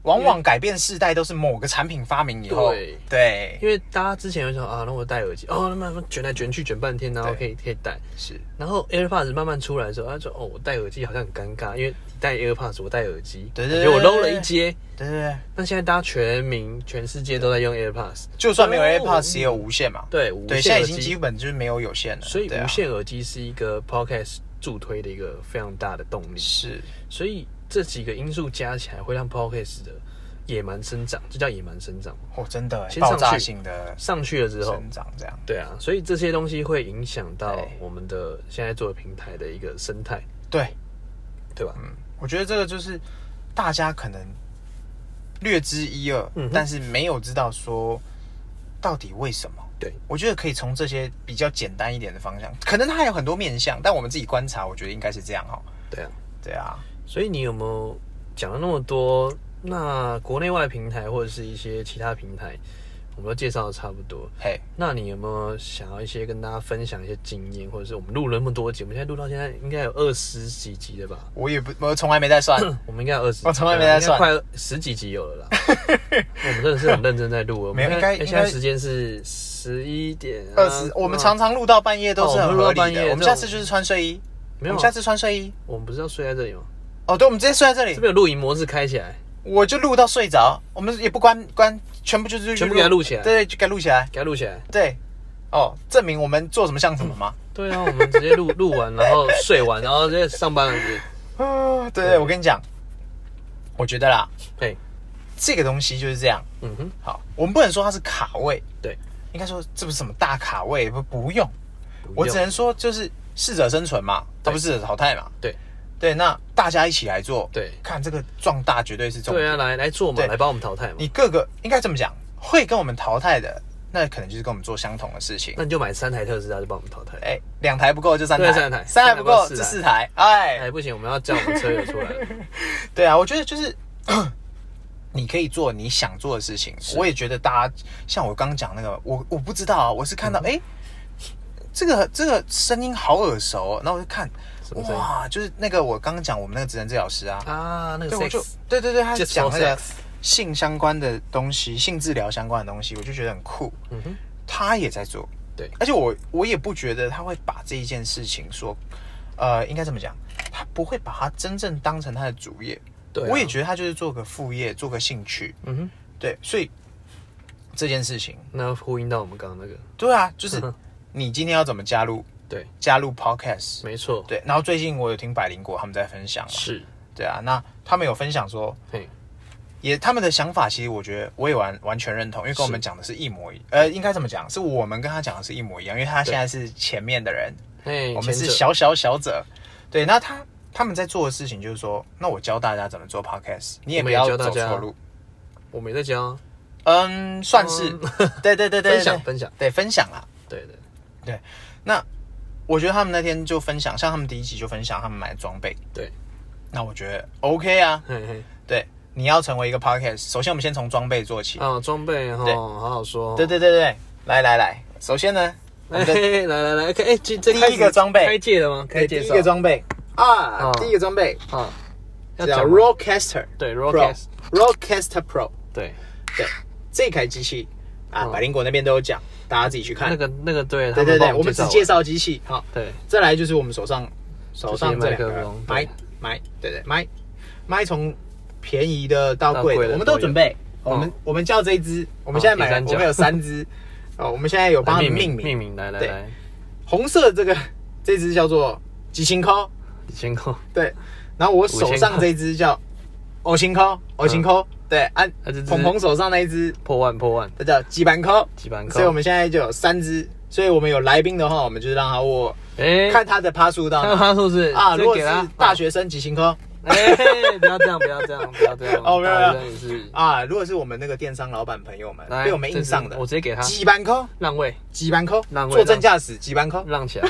S2: 往往改变世代都是某个产品发明以后，
S1: 对
S2: 对，
S1: 因为大家之前有想啊，那我戴耳机，哦，那慢慢卷来卷去卷半天，然后可以可以戴。
S2: 是
S1: 然后 AirPods 慢慢出来的时候，他说哦，我戴耳机好像很尴尬，因为你戴 AirPods，我戴耳机，
S2: 对对
S1: 感觉我
S2: 对
S1: low 了一阶。
S2: 对对对。
S1: 那现在大家全民全世界都在用 AirPods，
S2: 就算没有
S1: 哦
S2: AirPods 也有无线嘛。
S1: 对无
S2: 对，现
S1: 线
S2: 在
S1: 耳
S2: 已经基
S1: 机，
S2: 本就是没有有线了。
S1: 所以
S2: 对啊
S1: 无线耳机是一个 podcast 助推的一个非常大的动力。
S2: 是
S1: 所以这几个因素加起来，会让 podcast 的野蛮生长，这叫野蛮生长。
S2: 哦，真的
S1: 先上
S2: 爆
S1: 去
S2: 炸性的
S1: 上去了之后，
S2: 生长这样。
S1: 对啊，所以这些东西会影响到
S2: 对
S1: 我们的现在做的平台的一个生态，
S2: 对，
S1: 对吧？
S2: 我觉得这个就是大家可能略知一二，
S1: 嗯哼
S2: 但是没有知道说到底为什么。
S1: 对，
S2: 我觉得可以从这些比较简单一点的方向，可能它还有很多面向，但我们自己观察，我觉得应该是这样哦。
S1: 对啊。
S2: 对啊，
S1: 所以你有没有讲了那么多？那国内外平台或者是一些其他平台，我们都介绍的差不多。
S2: 嘿，
S1: 那你有没有想要一些跟大家分享一些经验，或者是我们录了那么多集，我们现在录到现在应该有二十几集了吧？
S2: 我也不，我从来没 在算。
S1: 我们应该有二十，
S2: 我从来没在算
S1: 应该快十几集有了啦。我们真的是很认真在录，我
S2: 没
S1: 们
S2: 有应该
S1: 现在
S2: 应
S1: 现在
S2: 该
S1: 时间是十一点啊
S2: 二十，我们常常录到半夜都
S1: 哦我
S2: 是很
S1: 们录到
S2: 合理
S1: 半夜
S2: 的。我
S1: 这
S2: 们
S1: 种
S2: 下次就是穿睡衣，
S1: 没
S2: 我
S1: 有
S2: 们
S1: 啊，
S2: 下次穿睡衣。
S1: 我们不是要睡在这里吗？
S2: 哦，对，我们直接睡在这
S1: 这
S2: 里，
S1: 边有录影模式开起来，
S2: 我就录到睡着，我们也不关关，全部就是
S1: 全部给它录起来
S2: 对，就给它录起来，
S1: 给它录起来。
S2: 对，哦，证明我们做什么像什么吗？
S1: 对啊，我们直接录录完，然后睡完，然后直接上班了。
S2: 啊，对对，我跟你讲，我觉得啦，
S1: 对，
S2: 这个东西就是这样，
S1: 嗯哼，
S2: 好，我们不能说它是卡位，
S1: 对，
S2: 应该说这不是什么大卡位，不不用，
S1: 不
S2: 我
S1: 用
S2: 只能说就是适者生存嘛，它
S1: 对
S2: 不是适者淘汰嘛，
S1: 对
S2: 对，那大家一起来做，
S1: 对
S2: 看这个壮大绝对是重点，
S1: 对啊，来来做嘛，
S2: 对
S1: 来帮我们淘汰嘛。
S2: 你各个应该这么讲，会跟我们淘汰的，那可能就是跟我们做相同的事情。
S1: 那你就买三台特斯拉就帮我们淘汰。
S2: 哎，两台不够就三台，
S1: 对三台
S2: 三台不够
S1: 三台不够
S2: 就四台，哎
S1: 哎，，不行，我们要叫我们车友出来了。
S2: 对啊，我觉得就是 你可以做你想做的事情。我也觉得大家像我刚讲那个，我我不知道啊，我是
S1: 嗯
S2: 看到哎、这个这个声音好耳熟哦，然后我就看，
S1: 什么声音
S2: 哇，就是那个我刚刚讲我们那个职能治疗师 啊，
S1: 啊，那个
S2: 对，我就
S1: sex
S2: 对对对，他
S1: Just for
S2: 讲那个
S1: sex
S2: 性相关的东西，性治疗相关的东西，我就觉得很酷。
S1: 嗯哼，
S2: 他也在做，
S1: 对
S2: 而且我我也不觉得他会把这一件事情说，呃，应该这么讲，他不会把它真正当成他的主业。
S1: 对啊、
S2: 我也觉得他就是做个副业，做个兴趣。
S1: 得，嗯哼，
S2: 对，所以这件事情，
S1: 那呼应到我们刚刚那个，
S2: 对啊，就是 你今天要怎么加入
S1: 对，
S2: 加入 podcast？
S1: 没错，
S2: 对，然后最近我有听百灵果他们在分享嘛，
S1: 是，
S2: 对啊，那他们有分享说，
S1: 嘿，
S2: 也他们的想法其实我觉得我也完完全认同，因为跟我们讲的是一模一，呃，应该怎么讲？是我们跟他讲的是一模一样，因为他现在是前面的人，
S1: 嘿，
S2: 我们是
S1: 前者
S2: 小小小者，对，那他他们在做的事情就是说，那我教大家怎么做 podcast，你也
S1: 我
S2: 不
S1: 们也
S2: 要
S1: 教大
S2: 走
S1: 家啊
S2: 错路，
S1: 我没在家、啊，
S2: 嗯，算是，对 对对对对，
S1: 分享分享，
S2: 对分享啦。
S1: 对对，
S2: 我觉得他们那天就分享，像他们第一集就分享他们买的装备，
S1: 对，
S2: 那我觉得 OK 啊，
S1: 嘿嘿，
S2: 对，你要成为一个 podcast，首先我们先从装备做起，
S1: 啊，装备哈，
S2: 对
S1: 好好说哦，
S2: 对对对对，来来来，首先呢，我
S1: 哎，
S2: 们 的
S1: 嘿嘿来来来，哎，这这
S2: 第一
S1: 开始
S2: 个装备
S1: 开戒了吗？开
S2: 第
S1: 戒
S2: 一个装备啊
S1: 哦，
S2: 第一个装备
S1: 啊，要
S2: 叫
S1: 讲
S2: Rodecaster
S1: 对
S2: Pro
S1: rockcast，
S2: Rodecaster Pro，
S1: 对，
S2: 对，这台机器啊，
S1: 嗯
S2: 百灵果那边都有讲，大家自己去看
S1: 那。个那个对，
S2: 哎对
S1: 他
S2: 对
S1: 帮
S2: 对，我们只
S1: 介
S2: 介
S1: 绍
S2: 绍机器，好，
S1: 对，
S2: 再来就是我们手上手上这两
S1: 麦克
S2: 个
S1: 风
S2: 麦
S1: 对
S2: 麦，对对麦麦从便宜的到
S1: 到
S2: 贵
S1: 贵
S2: 的，
S1: 的
S2: 我们都
S1: 都有
S2: 准备。
S1: 嗯
S2: 我们我们叫这一支，我们
S1: 哦
S2: 现在买
S1: 铁
S2: 了
S1: 三角
S2: 我们有三支，哦，我们现在有帮
S1: 来
S2: 它们
S1: 命
S2: 命
S1: 名
S2: 名。
S1: 名来来
S2: 对
S1: 来，
S2: 红色这个这支叫做几星扣，
S1: 几千块，
S2: 对，然后我手上
S1: 五千扣
S2: 这支叫偶星扣，偶星扣，对，按
S1: 啊这支
S2: 鹏鹏手上那一支
S1: 破万破万，
S2: 它叫几板扣，
S1: 几万块，
S2: 所以我们现在就有三支，所以我们有来宾的话，我们就让他握，
S1: 哎，
S2: 看他的趴数到
S1: 看
S2: 哪。
S1: 他是不是
S2: 啊，
S1: 这
S2: 如果
S1: 给
S2: 是
S1: 他
S2: 大学生几星扣
S1: 哎，不要这样，不要这样，不要这样。
S2: 哦没有没有
S1: 大学生也是
S2: 啊，如果是我们那个电商老板朋友们
S1: 来
S2: 被我们硬上
S1: 这
S2: 的
S1: 是我，直接给他
S2: 几板扣，
S1: 让位，
S2: 几板扣，
S1: 让位
S2: 坐正驾驶几板扣，
S1: 让 起来，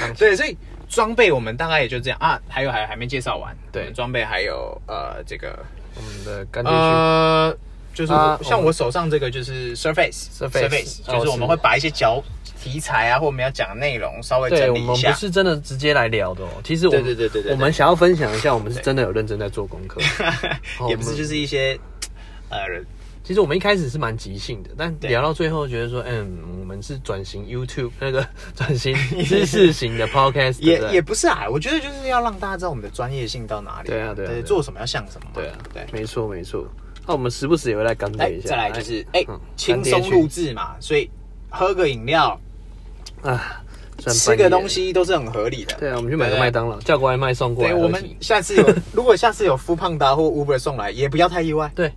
S1: 让起来。
S2: 对，所以装备我们大概也就这样啊。还有还有还没介绍完，
S1: 对
S2: 我们装备还有呃这个
S1: 我们的干爹区
S2: 呃，就是我、
S1: 啊
S2: 像
S1: 我们
S2: 我手上这个就是 Surface
S1: Surface，哦
S2: 就是我们
S1: 是
S2: 会把一些角题材啊，或我们要讲的内容稍微
S1: 对
S2: 整
S1: 我
S2: 理
S1: 们
S2: 一
S1: 不
S2: 下。
S1: 是真的直接来聊的哦，其实我们
S2: 对对对对对
S1: 我们想要分享一下，我们是真的有认真在做功课。哦
S2: 也
S1: 我
S2: 不是
S1: 们
S2: 就是一些呃，
S1: 其实我们一开始是蛮即兴的，但
S2: 对
S1: 聊到最后觉得说，嗯，我们是转型 YouTube 那个转型知识型的 Podcast，
S2: 也
S1: 对不对
S2: 也不是啊。我觉得就是要让大家知道我们的专业性到哪里。
S1: 对啊对啊对啊
S2: 做什么要像什么嘛。
S1: 对啊，
S2: 对。
S1: 没错没错。那我们时不时也会来干
S2: 哎
S1: 杯一，下，
S2: 再来就是哎
S1: 嗯，
S2: 轻
S1: 干
S2: 松
S1: 爹区
S2: 录制嘛，所以喝个饮料、
S1: 啊，虽然
S2: 吃
S1: 半夜
S2: 个东。西都是很合理的。
S1: 对啊，我们去买个
S2: 对
S1: 麦当劳，叫个外卖送过来
S2: 对，
S1: 合体。
S2: 我们下次有， 如果下次有富胖达或 Uber 送来，也不要太意外。
S1: 对，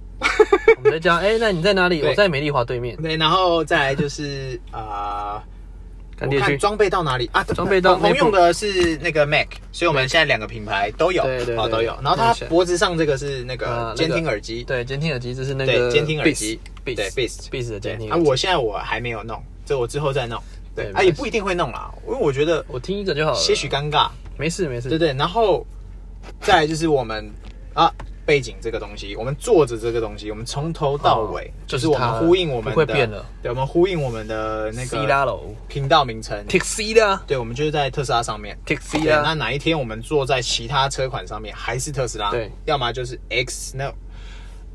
S1: 我们在讲，哎，那你在哪里？
S2: 对
S1: 我在美丽华对面，
S2: 对，然后再来就是
S1: 呃
S2: 啊，
S1: 干
S2: 我
S1: 爹
S2: 看
S1: 区。
S2: 装备到哪里啊？
S1: 装备到
S2: 我们
S1: MacBook
S2: 用的是那个 Mac，所以我们现在两个品牌都有，
S1: 对对
S2: 哦
S1: 对
S2: 都有。然后它
S1: 看起来
S2: 脖子上这个是那
S1: 啊
S2: 个
S1: 那个
S2: 监听耳机，
S1: 对，监听耳机，这是那
S2: 对
S1: 个
S2: 监听耳机对
S1: Beats
S2: Beats
S1: Beats 的
S2: 对
S1: 监听
S2: 啊，
S1: 耳机。
S2: 我现在我还没有弄，这我之后再弄。
S1: 对没
S2: 对啊，
S1: 关系
S2: 也不一定会弄啦，因为我觉得
S1: 我听一个就好了，
S2: 些许尴尬，
S1: 没事没
S2: 对
S1: 事。
S2: 对。然后再来就是我们啊。背景这个东西，我们坐着这个东西，我们从头到尾，
S1: 哦就
S2: 就
S1: 是是
S2: 我
S1: 它
S2: 们呼应我们的，
S1: 不会变了
S2: 对，我们呼应我们的那
S1: C
S2: 个
S1: 拉楼
S2: 频道名称，
S1: Tuxedo
S2: 对，我们就是在特斯拉上面。对，那
S1: Tuxedo，
S2: 哪一天我们坐在其他车款上面还是特斯拉？
S1: 对，
S2: 要么就是 X 那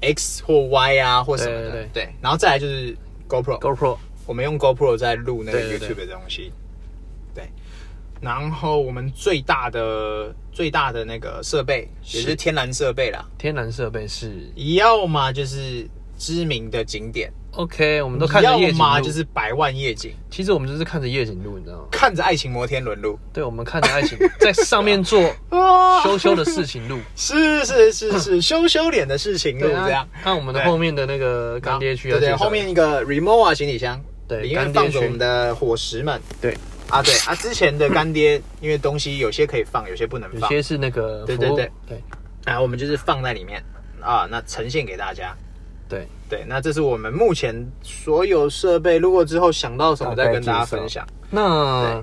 S2: X 或 Y 啊或什么的，
S1: 对对
S2: 然后再来就是 GoPro，
S1: GoPro
S2: 我们用 GoPro 在录那个
S1: 对对
S2: YouTube
S1: 对
S2: 的东西。对，然后我们最大的最大的那个设备也就是
S1: 是
S2: 天然设备啦，
S1: 天然设备是
S2: 要么就是知名的景点，
S1: OK，我们都看着
S2: 要
S1: 夜景
S2: 么
S1: 录，
S2: 就是百万夜景，
S1: 其实我们就是看着夜景录，你知道吗？
S2: 看着爱情摩天轮录。
S1: 对，我们看着爱情 在上面做
S2: 啊
S1: 羞羞的事 情录，
S2: 是是是 是，羞羞脸的事情，对不
S1: 啊
S2: 这样？
S1: 看我们的
S2: 对
S1: 后面的那个干爹区啊，
S2: 对对，后面一个 Remova 行李箱，
S1: 对
S2: 里
S1: 干
S2: 面
S1: 爹
S2: 放着
S1: 区
S2: 我们的伙食们。
S1: 对
S2: 啊，对啊，之前的 干爹，因为东西有些可以放，有些不能
S1: 有
S2: 放，
S1: 些是那个
S2: 对
S1: 服务
S2: 对
S1: 对
S2: 啊，我们就是放在里面啊，那呈现给大家。
S1: 对，
S2: 对，那这是我们目前所有设备，如果之后想到什么
S1: 大
S2: 再
S1: 概
S2: 跟大家
S1: 介绍
S2: 分享。
S1: 那
S2: 对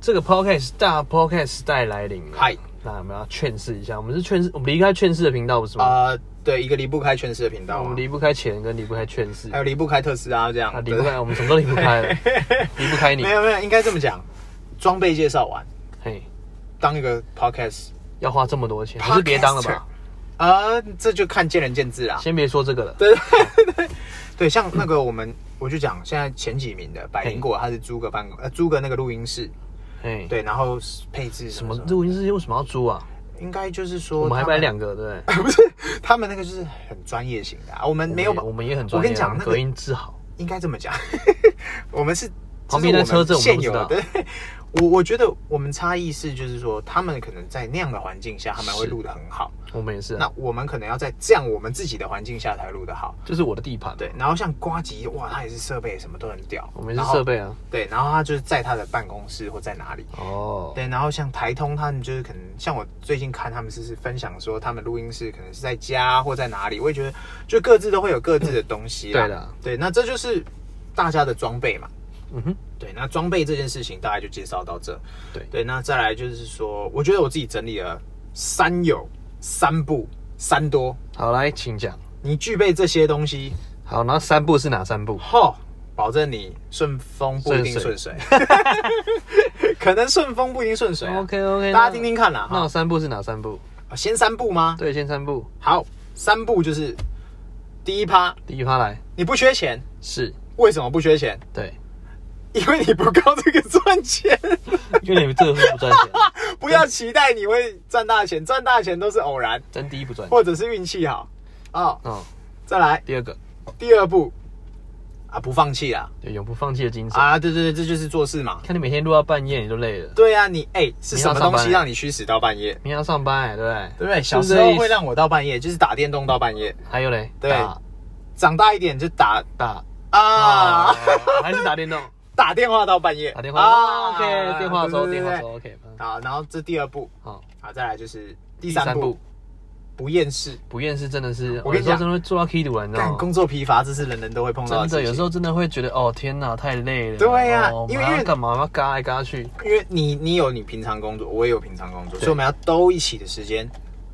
S1: 这个 podcast 大 podcast 时代来临了，
S2: 嗨，
S1: 那我们要劝世一下，我们是劝世，我们离开劝世的频道不是吗？
S2: 啊，对，一个离不开全市的频道
S1: 我
S2: 啊
S1: 们，离不开钱，跟离不开劝世
S2: 还，有离不开特斯拉这样
S1: 啊，，离
S2: 对
S1: 不开，我们什么都离不开 了，离不开你
S2: 没，有没有，应该这么讲，装备介绍完，
S1: 嘿，
S2: 当一个 podcast，
S1: 要花这么多钱，还是别当了吧，
S2: 啊，这就看见仁见智啊啦。
S1: 先别说这个了，
S2: 对对对对对，像那个我们，我就讲现在前几名的百灵果，他是租个办公，呃，租个那个录音室，
S1: 哎，
S2: 对，然后配置
S1: 什
S2: 什么
S1: 么
S2: 什么
S1: 录音室为什么要租啊？
S2: 应该就是说
S1: 我们还
S2: 他
S1: 买两个，对 不对？
S2: 他们那个就是很专业型的、啊，我们没有把
S1: 我们也我们也很专业啊，
S2: 我跟你讲
S1: 们
S2: 那个
S1: 隔音治好，
S2: 应该这 么讲，我们是
S1: 旁边的车
S2: 这
S1: 震
S2: 是
S1: 我
S2: 我们
S1: 们都
S2: 现有
S1: 不
S2: 的。我我觉得我们差异是，就是说他们可能在那样的环境下，他们会
S1: 是
S2: 录得很好。
S1: 我们也是啊，
S2: 那我们可能要在这样我们自己的环境下才录得好。
S1: 这是我的地盘，啊
S2: 对，，然后像瓜吉，哇，他也是设备什么都很屌，
S1: 我们也
S2: 然
S1: 是
S2: 后
S1: 设。备啊，
S2: 对，然后他就是在他的办公室或在哪里。
S1: 哦，
S2: 对，然后像台通他们就是可能像我最近看他们是是分享说他们录音室可能是在家或在哪里，我也觉得就各自都会有各自的东西啦。
S1: 对的
S2: 对，那这就是大家的装备嘛。
S1: 嗯哼，
S2: 对，那装备这件事情大概就介绍到这。
S1: 对
S2: 对，那再来就是说，我觉得我自己整理了三有、三不、三多，
S1: 好来，请讲。
S2: 你具备这些东西，
S1: 好，那三步是哪三步？
S2: 吼、保证你顺风不一定
S1: 顺
S2: 顺水， 可能顺风不一定顺水、啊。
S1: OK OK，
S2: 大家听听看啦
S1: 那
S2: 哈
S1: 我。三步是哪三步？
S2: 啊先三步吗？
S1: 对，先三步，
S2: 好，三步就是第一趴，
S1: 第一趴来
S2: 你不缺钱，
S1: 是，
S2: 为什么不缺钱？
S1: 对，
S2: 因为你不靠这个赚钱，
S1: 因为你们这个是不赚 钱，
S2: 不要期待你会赚大钱，赚大钱都是偶然。
S1: 真第一不赚钱。
S2: 或者是运气好。哦，
S1: 哦，
S2: 再来
S1: 第二个，
S2: 第二步啊，不放弃啦
S1: 有永不放弃的精神。
S2: 啊，对对对，这就是做事嘛。
S1: 看你每天录到半夜，你都累了，
S2: 对啊，你哎、是
S1: 你
S2: 什
S1: 要
S2: 么
S1: 上
S2: 东
S1: 班
S2: 西
S1: 欸
S2: 让你驱使到半夜？
S1: 明天要上班、欸，对不对？
S2: 对不对？小
S1: 是不
S2: 时
S1: 是
S2: 候
S1: 意思
S2: 会让我到半夜，就是打电动到半夜。
S1: 还有嘞，
S2: 对
S1: 打
S2: 长大一点就打
S1: 打
S2: 啊，
S1: 啊，还是打电动，
S2: 打电话到半夜，
S1: 打电话。
S2: 啊
S1: OK，电话粥，
S2: 对
S1: 电话
S2: 对对
S1: 粥
S2: 对
S1: ，OK，嗯
S2: 好，然后这第二步，
S1: 好。
S2: 好，再来就是第三步，
S1: 步，
S2: 不厌世。
S1: 不厌世真的是，
S2: 我
S1: 我
S2: 跟
S1: 有
S2: 你
S1: 时候
S2: 讲
S1: 真的会做到 K 堵了，你知
S2: 干
S1: 道吗？
S2: 工作疲乏，这是人人都会碰到
S1: 真
S2: 的事
S1: 的，
S2: 情。
S1: 有时候真的会觉得，哦天哪，太累了。
S2: 对啊
S1: 哦
S2: 因为
S1: 我们
S2: 因为
S1: 要干嘛？我们要嘎来嘎去。
S2: 因为你你有你平常工作，我也有平常工作，
S1: 对
S2: 所以我们要都一起的时间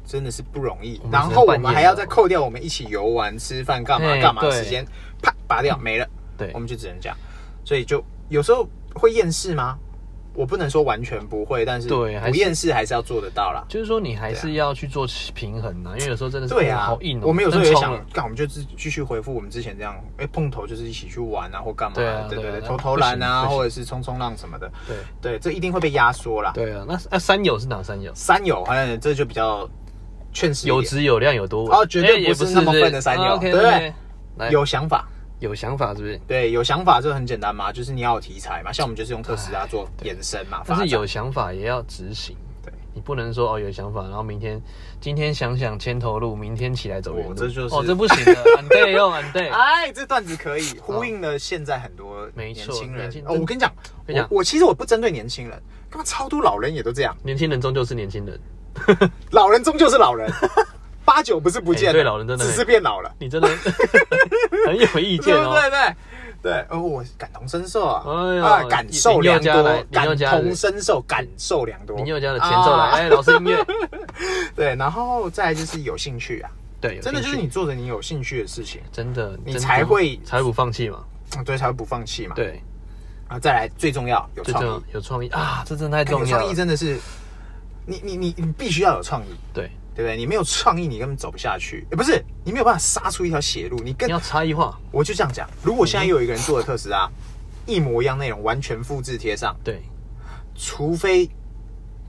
S2: 真的是不容易
S1: 我。们
S2: 然
S1: 只能
S2: 后我
S1: 半
S2: 们
S1: 夜
S2: 还要
S1: 的
S2: 再扣掉我们一起游玩、吃饭、干嘛
S1: 嘿
S2: 干嘛的
S1: 对
S2: 时间，啪 拔掉没了，
S1: 对
S2: 我，们就只能这样。所以就有时候会厌世吗？我不能说完全不会，但是
S1: 对还
S2: 不
S1: 是
S2: 厌世还是要做得到啦。
S1: 就是说你还是要去做平衡呐、因为有时候真的是
S2: 对啊，
S1: 好硬哦、
S2: 我们有时候也
S1: 真冲
S2: 想
S1: 了，
S2: 干，我们就自继续回复我们之前这样，哎、碰头就是一起去玩啊，或干嘛，
S1: 对啊
S2: 对
S1: 对啊
S2: 对，
S1: 那
S2: 投投
S1: 不
S2: 篮
S1: 行
S2: 啊，
S1: 不行
S2: 或者是冲冲浪什么的，
S1: 对
S2: 对，这一定会被压缩啦。
S1: 对啊。那那三友是哪三友？
S2: 三友，好像这就比较劝世一点
S1: 有质有量有多稳
S2: 哦绝对
S1: 哎
S2: 不
S1: 也
S2: 是
S1: 不
S2: 那么笨的三友
S1: 啊 OK，
S2: 对不对
S1: OK，来
S2: 有想法，
S1: 有想法是不是？
S2: 对，有想法就很简单嘛，就是你要有题材嘛，像我们就是用特斯拉做延伸嘛，
S1: 但
S2: 发
S1: 是
S2: 展
S1: 有想法也要执行。
S2: 对，
S1: 你不能说哦有想法，然后明天今天想想牵头路，明天起来走原路，
S2: 哦这就是
S1: 哦这不行 的，很对哦很对。哦
S2: 哎，这段子可以呼应了现在很多
S1: 没
S2: 年
S1: 错
S2: 轻人
S1: 年轻。
S2: 哦，我跟你讲，
S1: 跟你讲
S2: 我我其实我不针对年轻人，干嘛超多老人也都这样，
S1: 年轻人终究是年轻人，
S2: 老人终究是 老人，八九不是不见了，
S1: 哎对老人真的
S2: 只是变老了，
S1: 你真的 很有意见
S2: 对不
S1: 哦。
S2: 对？对。对，哦，我感同身受啊，
S1: 哎呦
S2: 啊，感受
S1: 林宥
S2: 良
S1: 嘉来
S2: 多，
S1: 林
S2: 感
S1: 宥嘉
S2: 同身受，感受良多。
S1: 林宥嘉的前奏来，
S2: 啊
S1: 哎，老师音 乐，
S2: 对，然后再来就是有兴趣啊，
S1: 对，有
S2: 真的就是
S1: 兴趣
S2: 你做着你有兴趣的事情，
S1: 真的，
S2: 你
S1: 真的
S2: 才会
S1: 才会不放弃嘛。
S2: 嗯对，才会不放弃嘛。，
S1: 对，
S2: 然后再来最重要有
S1: 最
S2: 创
S1: 重
S2: 意，哎
S1: 要有创意啊，这真的太
S2: 看有
S1: 重要
S2: 创意
S1: 了。
S2: 真的是，你你你你必须要有创意，
S1: 对，
S2: 对不对？你没有创意，你根本走不下去，也不是你没有办法杀出一条血路。你跟
S1: 你要差异化，
S2: 我就这样讲，如果现在有一个人做的特斯拉一模一样内容，完全复制贴上，
S1: 对，
S2: 除非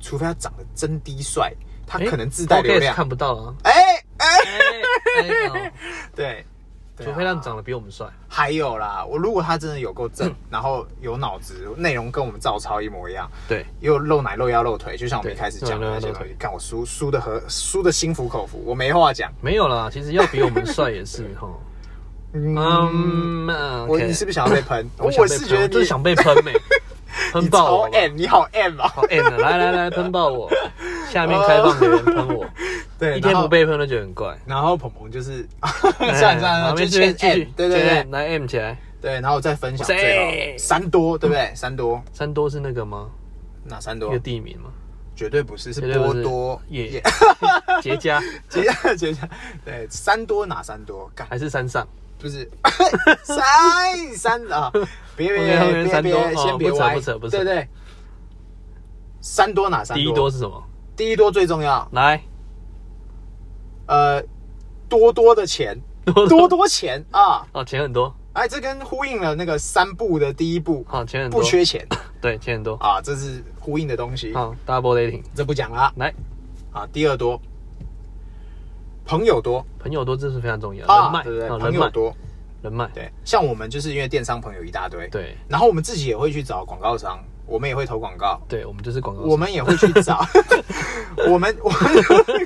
S2: 除非他长得真低帅，他
S1: 哎
S2: 可能自带流
S1: Podcast
S2: 量，
S1: 看不到啊。
S2: 哎哎，
S1: 哎哎哦
S2: 对， 对啊
S1: 除非他长得比我们帅，
S2: 还有啦，我如果他真的有够正，然后有脑子，内容跟我们照抄一模一样，
S1: 对，
S2: 又露奶、露腰、露腿，就像我们一
S1: 对
S2: 开始讲
S1: 露
S2: 的
S1: 奶
S2: 那些
S1: 露
S2: 东西
S1: 腿，
S2: 看我输输的和输的心服口服，我没话讲。
S1: 没有啦。其实要比我们帅也 是哈。
S2: 嗯，
S1: 嗯，嗯
S2: 我
S1: OK
S2: 你是不是想要 被喷？
S1: 我
S2: 我
S1: 想被
S2: 是
S1: 喷
S2: 觉得
S1: 我就
S2: 你
S1: 是想被喷 呗，
S2: 你
S1: 喷爆
S2: 超
S1: 我吧，
S2: M，你好 M 啊！
S1: 好 M 的，来来来，喷爆我，下面开放的人喷 我，
S2: 对，
S1: 一天
S2: 然后
S1: 不。被喷都觉得很怪。
S2: 然后鹏鹏就是 算了算
S1: 哎
S2: 了，
S1: 好没
S2: 就
S1: 事没
S2: 欠
S1: 事继
S2: M，
S1: 续，
S2: 对对
S1: 继
S2: 对
S1: 续来 M 起来。
S2: 对，然后我再分享
S1: 我是
S2: 最
S1: M
S2: 后三多，对不对？三多
S1: 三多是那个吗？
S2: 哪三
S1: 一
S2: 多
S1: 个？地名吗？
S2: 绝对不是，是
S1: 绝对不
S2: 波
S1: 是
S2: 多
S1: 也
S2: 也
S1: 结痂
S2: 结下结下，对，三多哪三多？干
S1: 还是山上？
S2: 不是三三啊！别别
S1: OK，OK，
S2: 别别
S1: 三多
S2: 别，
S1: 哦
S2: 先别
S1: 不扯
S2: 歪，
S1: 不扯不扯
S2: 对对。三多哪 三多？
S1: 第一多是什么？
S2: 第一多最重要，
S1: 来，
S2: 呃，多多的钱，
S1: 多
S2: 多多钱啊！
S1: 哦，钱很多，
S2: 哎，这跟呼应了那个三步的第一步，
S1: 好，钱很多，
S2: 不缺钱，
S1: 对，七点多。
S2: 啊，这是呼应的东西，
S1: 好，double dating，
S2: 这不讲啦
S1: 来，
S2: 啊。第二多，朋友多
S1: 朋友多这是非常重要，人
S2: 啊，
S1: 脉，
S2: 对不对？
S1: 啊
S2: 朋
S1: 人
S2: 友
S1: 脉，
S2: 多，
S1: 人脉，
S2: 对，像我们就是因为电商朋友一大堆，，
S1: 对
S2: 然后我们自己也会去找广告商，我们也会投广告，
S1: 对，我们哦就是广告商，
S2: 我们也会去 找，我们我们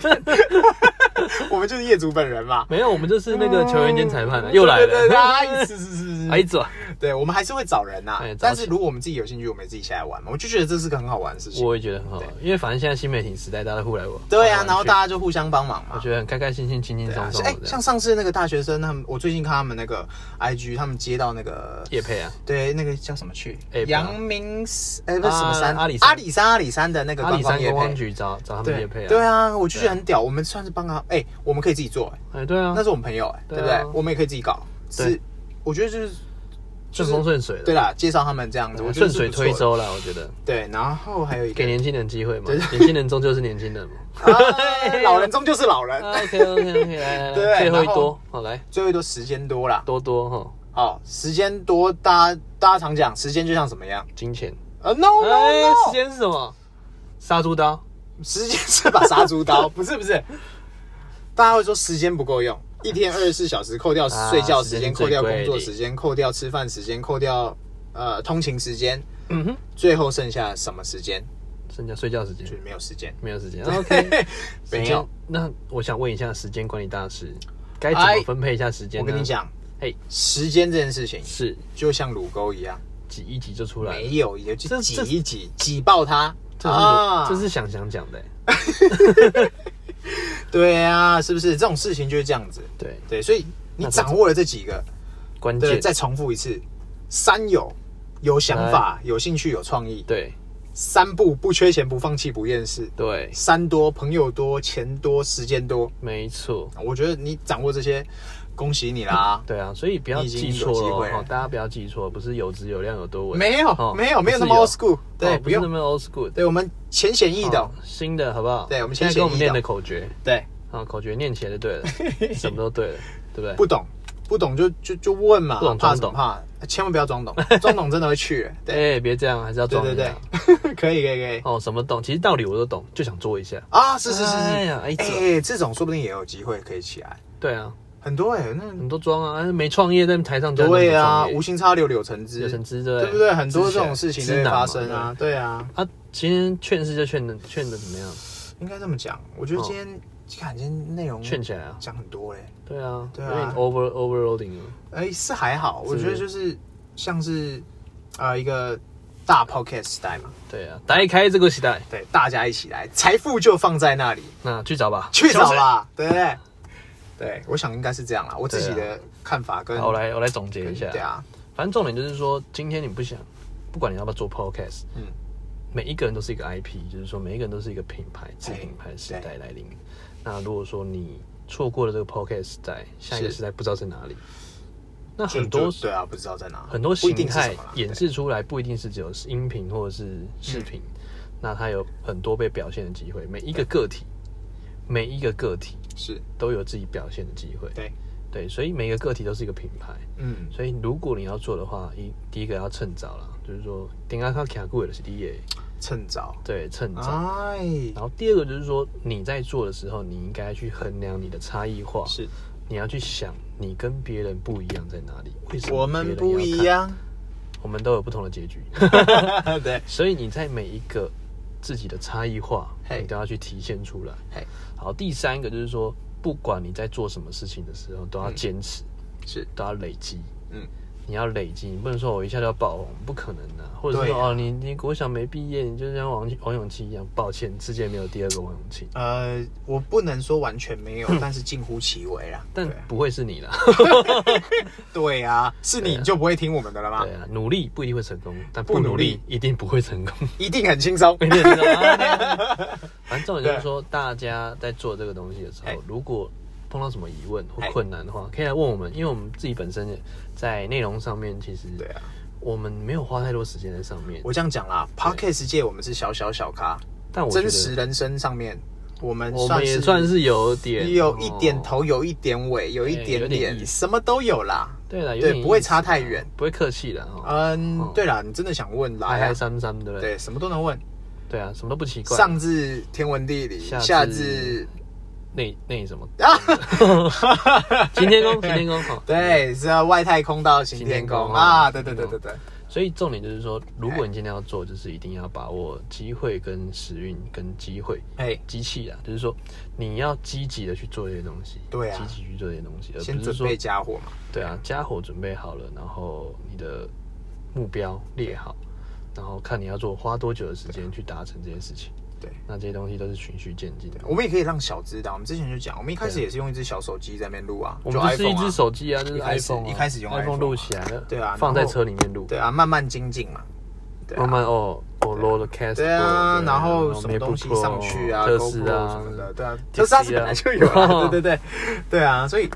S2: 我们就是业主本人嘛，
S1: 没有，我们就是那个球员兼裁判了，又来
S2: 嗯对 对对啊，
S1: 了，
S2: 是是是是，
S1: 哎，走，
S2: 对，我们还是会找人呐、
S1: 哎找
S2: 但是
S1: 起
S2: 如果我们自己有兴趣，我们也自己下来玩嘛。我就觉得这是个很好玩的事情。
S1: 我也觉得很好玩，啊因为反正现在新媒体时代，大家互来我，
S2: 对啊，然后大
S1: 家
S2: 家就互相帮忙
S1: 我
S2: 嘛。
S1: 觉得很开开心心、轻轻
S2: 对啊
S1: 松，松
S2: 哎、
S1: 的这
S2: 像
S1: 样，
S2: 上次那个大学生，他们我最近看他们那个 IG，他们接到那个
S1: 叶配啊，
S2: 对那个叫什么去
S1: App 啊
S2: 阳明哎、不是
S1: 啊
S2: 什么山、
S1: 阿里山
S2: 阿里山阿里山的那个
S1: 阿
S2: 官
S1: 里
S2: 方
S1: 山
S2: 业
S1: 观光
S2: 配。
S1: 局找找他们
S2: 对
S1: 叶配啊，
S2: 对，啊，我就觉得很屌，我们算是帮他，哎、我们可以自己做、哎
S1: 哎对啊
S2: 那，是我们朋友、哎、对
S1: 对
S2: 不
S1: 啊
S2: 对？我们也可以自己搞，只是
S1: 对
S2: 我觉得就是
S1: 顺风顺水
S2: 对
S1: 的，
S2: 啦，介绍他们这样子，我觉
S1: 顺
S2: 得是
S1: 水
S2: 不错
S1: 推
S2: 的。
S1: 舟了，我觉得
S2: 对，然后还有一个
S1: 给年轻人机会嘛，年轻人终究是年轻 人嘛。
S2: 啊老人终究是老人，
S1: OK OK OK，来来
S2: 对
S1: 来，最后一
S2: 然后
S1: 多，好来
S2: 最后一多时间多啦。
S1: 多多哈，
S2: 好，时间多，大家大家常讲，时间就像什么样？
S1: 金钱。
S2: 呃、n o
S1: 哎，时
S2: no
S1: 间是什么？杀猪刀。
S2: no，时间是把杀猪刀， 不是不是。大家会说时间不够用，一天二十四小时，扣掉
S1: 啊
S2: 睡觉
S1: 时
S2: 时
S1: 间
S2: 间，
S1: 最
S2: 扣掉工
S1: 贵
S2: 作
S1: 的
S2: 时间，扣掉吃饭时间，扣掉呃通勤时间，
S1: 嗯哼，
S2: 最后剩下什么时间？
S1: 剩下睡觉时间
S2: 就。是没有时间。
S1: 没有时间。OK，时
S2: 没
S1: 间
S2: 有。。
S1: 那我想问一下，时间管理大师该怎么分配一下时间
S2: 哎我
S1: 呢？
S2: 跟你，讲，
S1: 嘿，
S2: 时间这件事情
S1: 是
S2: 就像乳沟一样，
S1: 挤一挤就出来了。
S2: 没有也就
S1: 这
S2: 挤
S1: 这
S2: 一挤，挤爆它。
S1: 这是
S2: 啊
S1: 我这是想想讲的欸。
S2: 对啊，是不是这种事情就是这样子？
S1: 对，
S2: 对，所以你
S1: 那这
S2: 掌握了这几个，
S1: 关
S2: 对，
S1: 键
S2: 再重复一次：三有，有想法、有兴趣、有创意；
S1: 对
S2: 三不，不缺钱、不放弃、不厌世；
S1: 对，
S2: 三多，朋友多、钱多、时间多。
S1: 没错。
S2: 我觉得你掌握这些，恭喜你啦！
S1: 对啊，所以不要
S2: 你已经
S1: 记
S2: 有
S1: 错
S2: 机会
S1: 了
S2: 了
S1: 哦，大家不要记错，不是有质有量有多稳，
S2: 没有，
S1: 哦
S2: 没有，没有
S1: 不是
S2: 那么 old school，对，
S1: 哦
S2: 不
S1: 不是那
S2: 用，
S1: 么 old school 的，
S2: 对我们浅显易懂
S1: 哦，新的好不好？
S2: 对我们
S1: 现
S2: 先
S1: 在跟我们
S2: 写一
S1: 念的口诀
S2: 对，
S1: 啊，口诀念起来就对 了，什么都对了，对不对？
S2: 不懂。不懂就就就问嘛，
S1: 不懂装
S2: 怕什么
S1: 懂
S2: 怕？千万不要装懂，装懂真的会去。 对
S1: 哎，别这样，还是要
S2: 对
S1: 装
S2: 对
S1: 一
S2: 对
S1: 下。，
S2: 可以可以可以。
S1: 哦，什么懂？其实道理我都懂，就想做一下。
S2: 啊，是是是是，
S1: 哎
S2: 哎、
S1: 呀哎这
S2: 这种说不定也有机会可以起来，
S1: 对啊，
S2: 很多哎、那
S1: 很多装啊，哎没创业在台上讲
S2: 对啊，
S1: 无
S2: 无心插柳柳成枝，
S1: 有成枝，对
S2: 对不对？很多这种事情都会发生啊，。对啊，
S1: 啊，今天劝是就劝的劝的怎么样？
S2: 应该这么讲。我觉得今天，看今天内容
S1: 哦劝起来啊，
S2: 讲很多嘞、
S1: 对啊，
S2: 嗯对啊
S1: 有点 over overloading 了。
S2: 哎、是还好，我
S1: 是
S2: 觉得就是像是呃一个大 podcast 时代嘛，
S1: 对啊，打开这个时代，
S2: 对，大家一起来，财富就放在那里，
S1: 那去找吧，
S2: 去找。吧，对不对？对，我想应该是这样啦，我自己
S1: 对啊
S2: 的看法跟、
S1: 好，我来我来总结
S2: 跟
S1: 一下
S2: 对。啊，
S1: 反正重点就是说，今天你不想，不管你要不要做 podcast，嗯，
S2: 嗯
S1: 每一个人都是一个 IP，就是说每一个人都是一个品牌，自品牌时代来临。那如果说你错过了这个 podcast 时代，下一个
S2: 是
S1: 时代不知道在哪里，那
S2: 就
S1: 很多
S2: 就对啊，不知道在哪，
S1: 很多
S2: 不一
S1: 形
S2: 定是
S1: 态
S2: 什么啦嗯
S1: 演示出来，不一定是只有音频或者是视频，那它有很多被表现的机会。每一个个体，每一个个体
S2: 是，
S1: 都有自己表现的机会。
S2: 对，
S1: 对，所以每个个体都是一个品牌。
S2: 嗯，
S1: 所以如果你要做的话，一第一个要趁早啦，就是说顶下靠卡固的是第一个，
S2: 趁早，
S1: 对，趁早。
S2: 哎，
S1: 然后第二个就是说你在做的时候，你应该去衡量你的差异化，
S2: 是
S1: 你要去想你跟别人不一样在哪里，为什么
S2: 我们
S1: 别人要
S2: 不一
S1: 看，
S2: 样，
S1: 我们都有不同的结局，
S2: 对，
S1: 所以你在每一个自己的差异化，
S2: 嘿
S1: 你都要去体现出来。
S2: 嘿，
S1: 好，第三个就是说，不管你在做什么事情的时候，都
S2: 嗯
S1: 要坚持，
S2: 是，
S1: 都要累积。
S2: 嗯，
S1: 你要累积，你不能说我一下就要爆红，不可能的、或者
S2: 对
S1: 说、
S2: 啊
S1: 哦，你你国小没毕业，你就像王王永庆一样，抱歉，世界没有第二个王永庆，
S2: 呃，我不能说完全没 有，但是近乎其微啦，
S1: 但
S2: 对啊
S1: 不会是你啦。
S2: 对啊，是你就不会听我们的了吗
S1: 对？啊，努力不一定会成功，但
S2: 不
S1: 不
S2: 努
S1: 努
S2: 力
S1: 力一定不会成 功。
S2: 一定很 轻松，
S1: 没点知道
S2: 啊
S1: 吗反正重点就是说，大家在做这个东西的时
S2: 哎
S1: 候，如果碰到什么疑问或
S2: 哎
S1: 困难的话，可以来问我们，因为我们自己本身在内容上面，其实
S2: 对啊，
S1: 我们没有花太多时间在上面。
S2: 我这样讲啦，Podcast 界我们是小小小咖，
S1: 但我觉
S2: 真实
S1: 得
S2: 人生上面我们
S1: 我们也
S2: 是
S1: 算是有点
S2: 有一点
S1: 哦
S2: 头，有一点尾，有一
S1: 哎
S2: 点
S1: 有点意
S2: 点，
S1: 思
S2: 什么都有啦。
S1: 对了，有
S2: 对
S1: 点
S2: 不会
S1: 意思
S2: 差太
S1: 啦
S2: 远，
S1: 不会客气的哦，
S2: 嗯
S1: 哦，哎
S2: 对啦，你真的想问
S1: 嗨
S2: 来啊
S1: 嗨？三三，对不对？
S2: 对，什么都能问，
S1: 对啊，什么都不奇怪。
S2: 上至天文地理，
S1: 下
S2: 下
S1: 至
S2: 至
S1: 那那什么，
S2: 啊，
S1: 行 天宫，行天哦宫哈。
S2: 对，是要外太空到行天
S1: 嗯行天
S2: 宫
S1: 宫
S2: 啊，
S1: 哦
S2: 对对对对对，
S1: 所以重点就是说，如果你今天要做，就是一定要把握机会跟时运跟机会。
S2: 哎，
S1: 机器啊，就是说你要积极的去做这些东西，
S2: 对啊
S1: 积极去做这些东西，而
S2: 先
S1: 不是
S2: 准
S1: 说
S2: 备家伙嘛，
S1: 对啊，家伙准备好了，然后你的目标列好，然后看你要做花多久的时间去达成这件事情。
S2: 对，
S1: 那这些东西都是循序渐进的。
S2: 我们也可以让小知道，我们之前就讲，我们一开始
S1: 对啊
S2: 也是用一只小手机在那边录啊，
S1: 我
S2: 就
S1: 们就是一
S2: iPhone 啊
S1: 只手机啊，就是
S2: 一开始
S1: iPhone，啊
S2: 一开始用
S1: iPhone
S2: iPhone
S1: 录起来了，
S2: 对啊
S1: 放在
S2: 然后
S1: 车里面录，
S2: 对啊，慢慢精进嘛，对啊
S1: 慢慢哦，我 l o cast，
S2: 对啊，然后什么
S1: MacBook
S2: 东西上去啊，
S1: 特斯
S2: GoPro
S1: 啊
S2: 什么的，对啊，
S1: TC 啊
S2: 特斯拉是本来就有 啊，对对对，对啊，所以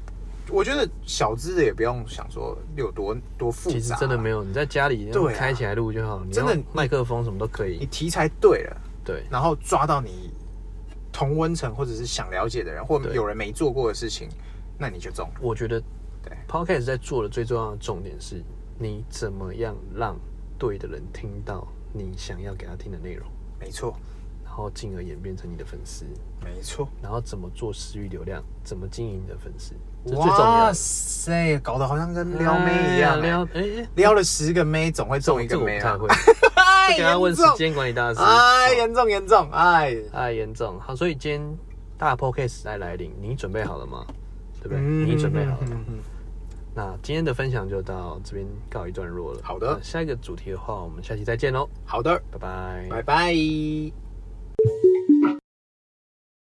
S2: 我觉得小资的也不用想说有多多复杂，
S1: 其
S2: 啊
S1: 实真的没有，你在家里
S2: 对啊
S1: 开起来录就好了，你
S2: 真的
S1: 用麦克风什么都可
S2: 你
S1: 以，
S2: 题材对了，
S1: 对。
S2: 然后抓到你同温层或者是想了解的人，或
S1: 对
S2: 有人没做过的事情，那你就中了。
S1: 我觉得
S2: 对
S1: podcast 在做的最重要的重点是，你怎么样让对的人听到你想要给他听的内容，
S2: 没错，
S1: 然后进而演变成你的粉丝，
S2: 没错。
S1: 然后怎么做私域流量，怎么经营你的粉丝，这是最重要
S2: 哇
S1: 的。
S2: 塞，搞得好像跟撩妹一样、啊
S1: 哎呀撩哎，
S2: 撩了十个妹，总会
S1: 这
S2: 中
S1: 我
S2: 一
S1: 这
S2: 个
S1: 我不
S2: 妹
S1: 太
S2: 啊！
S1: 会，
S2: 哎
S1: 这给他问时
S2: 严重
S1: 间管理大师。
S2: 哎，
S1: 哦
S2: 严重严重，哎，
S1: 哎，严重。好，所以今天大 podcast 在来临，你准备好了吗？对不对？
S2: 嗯
S1: 你准备好了吗？
S2: 嗯嗯
S1: 那今天的分享就到这边告一段落了。
S2: 好的
S1: 那下一个主题的话，我们下期再见喽，
S2: 好的，
S1: 拜拜。
S2: 拜拜。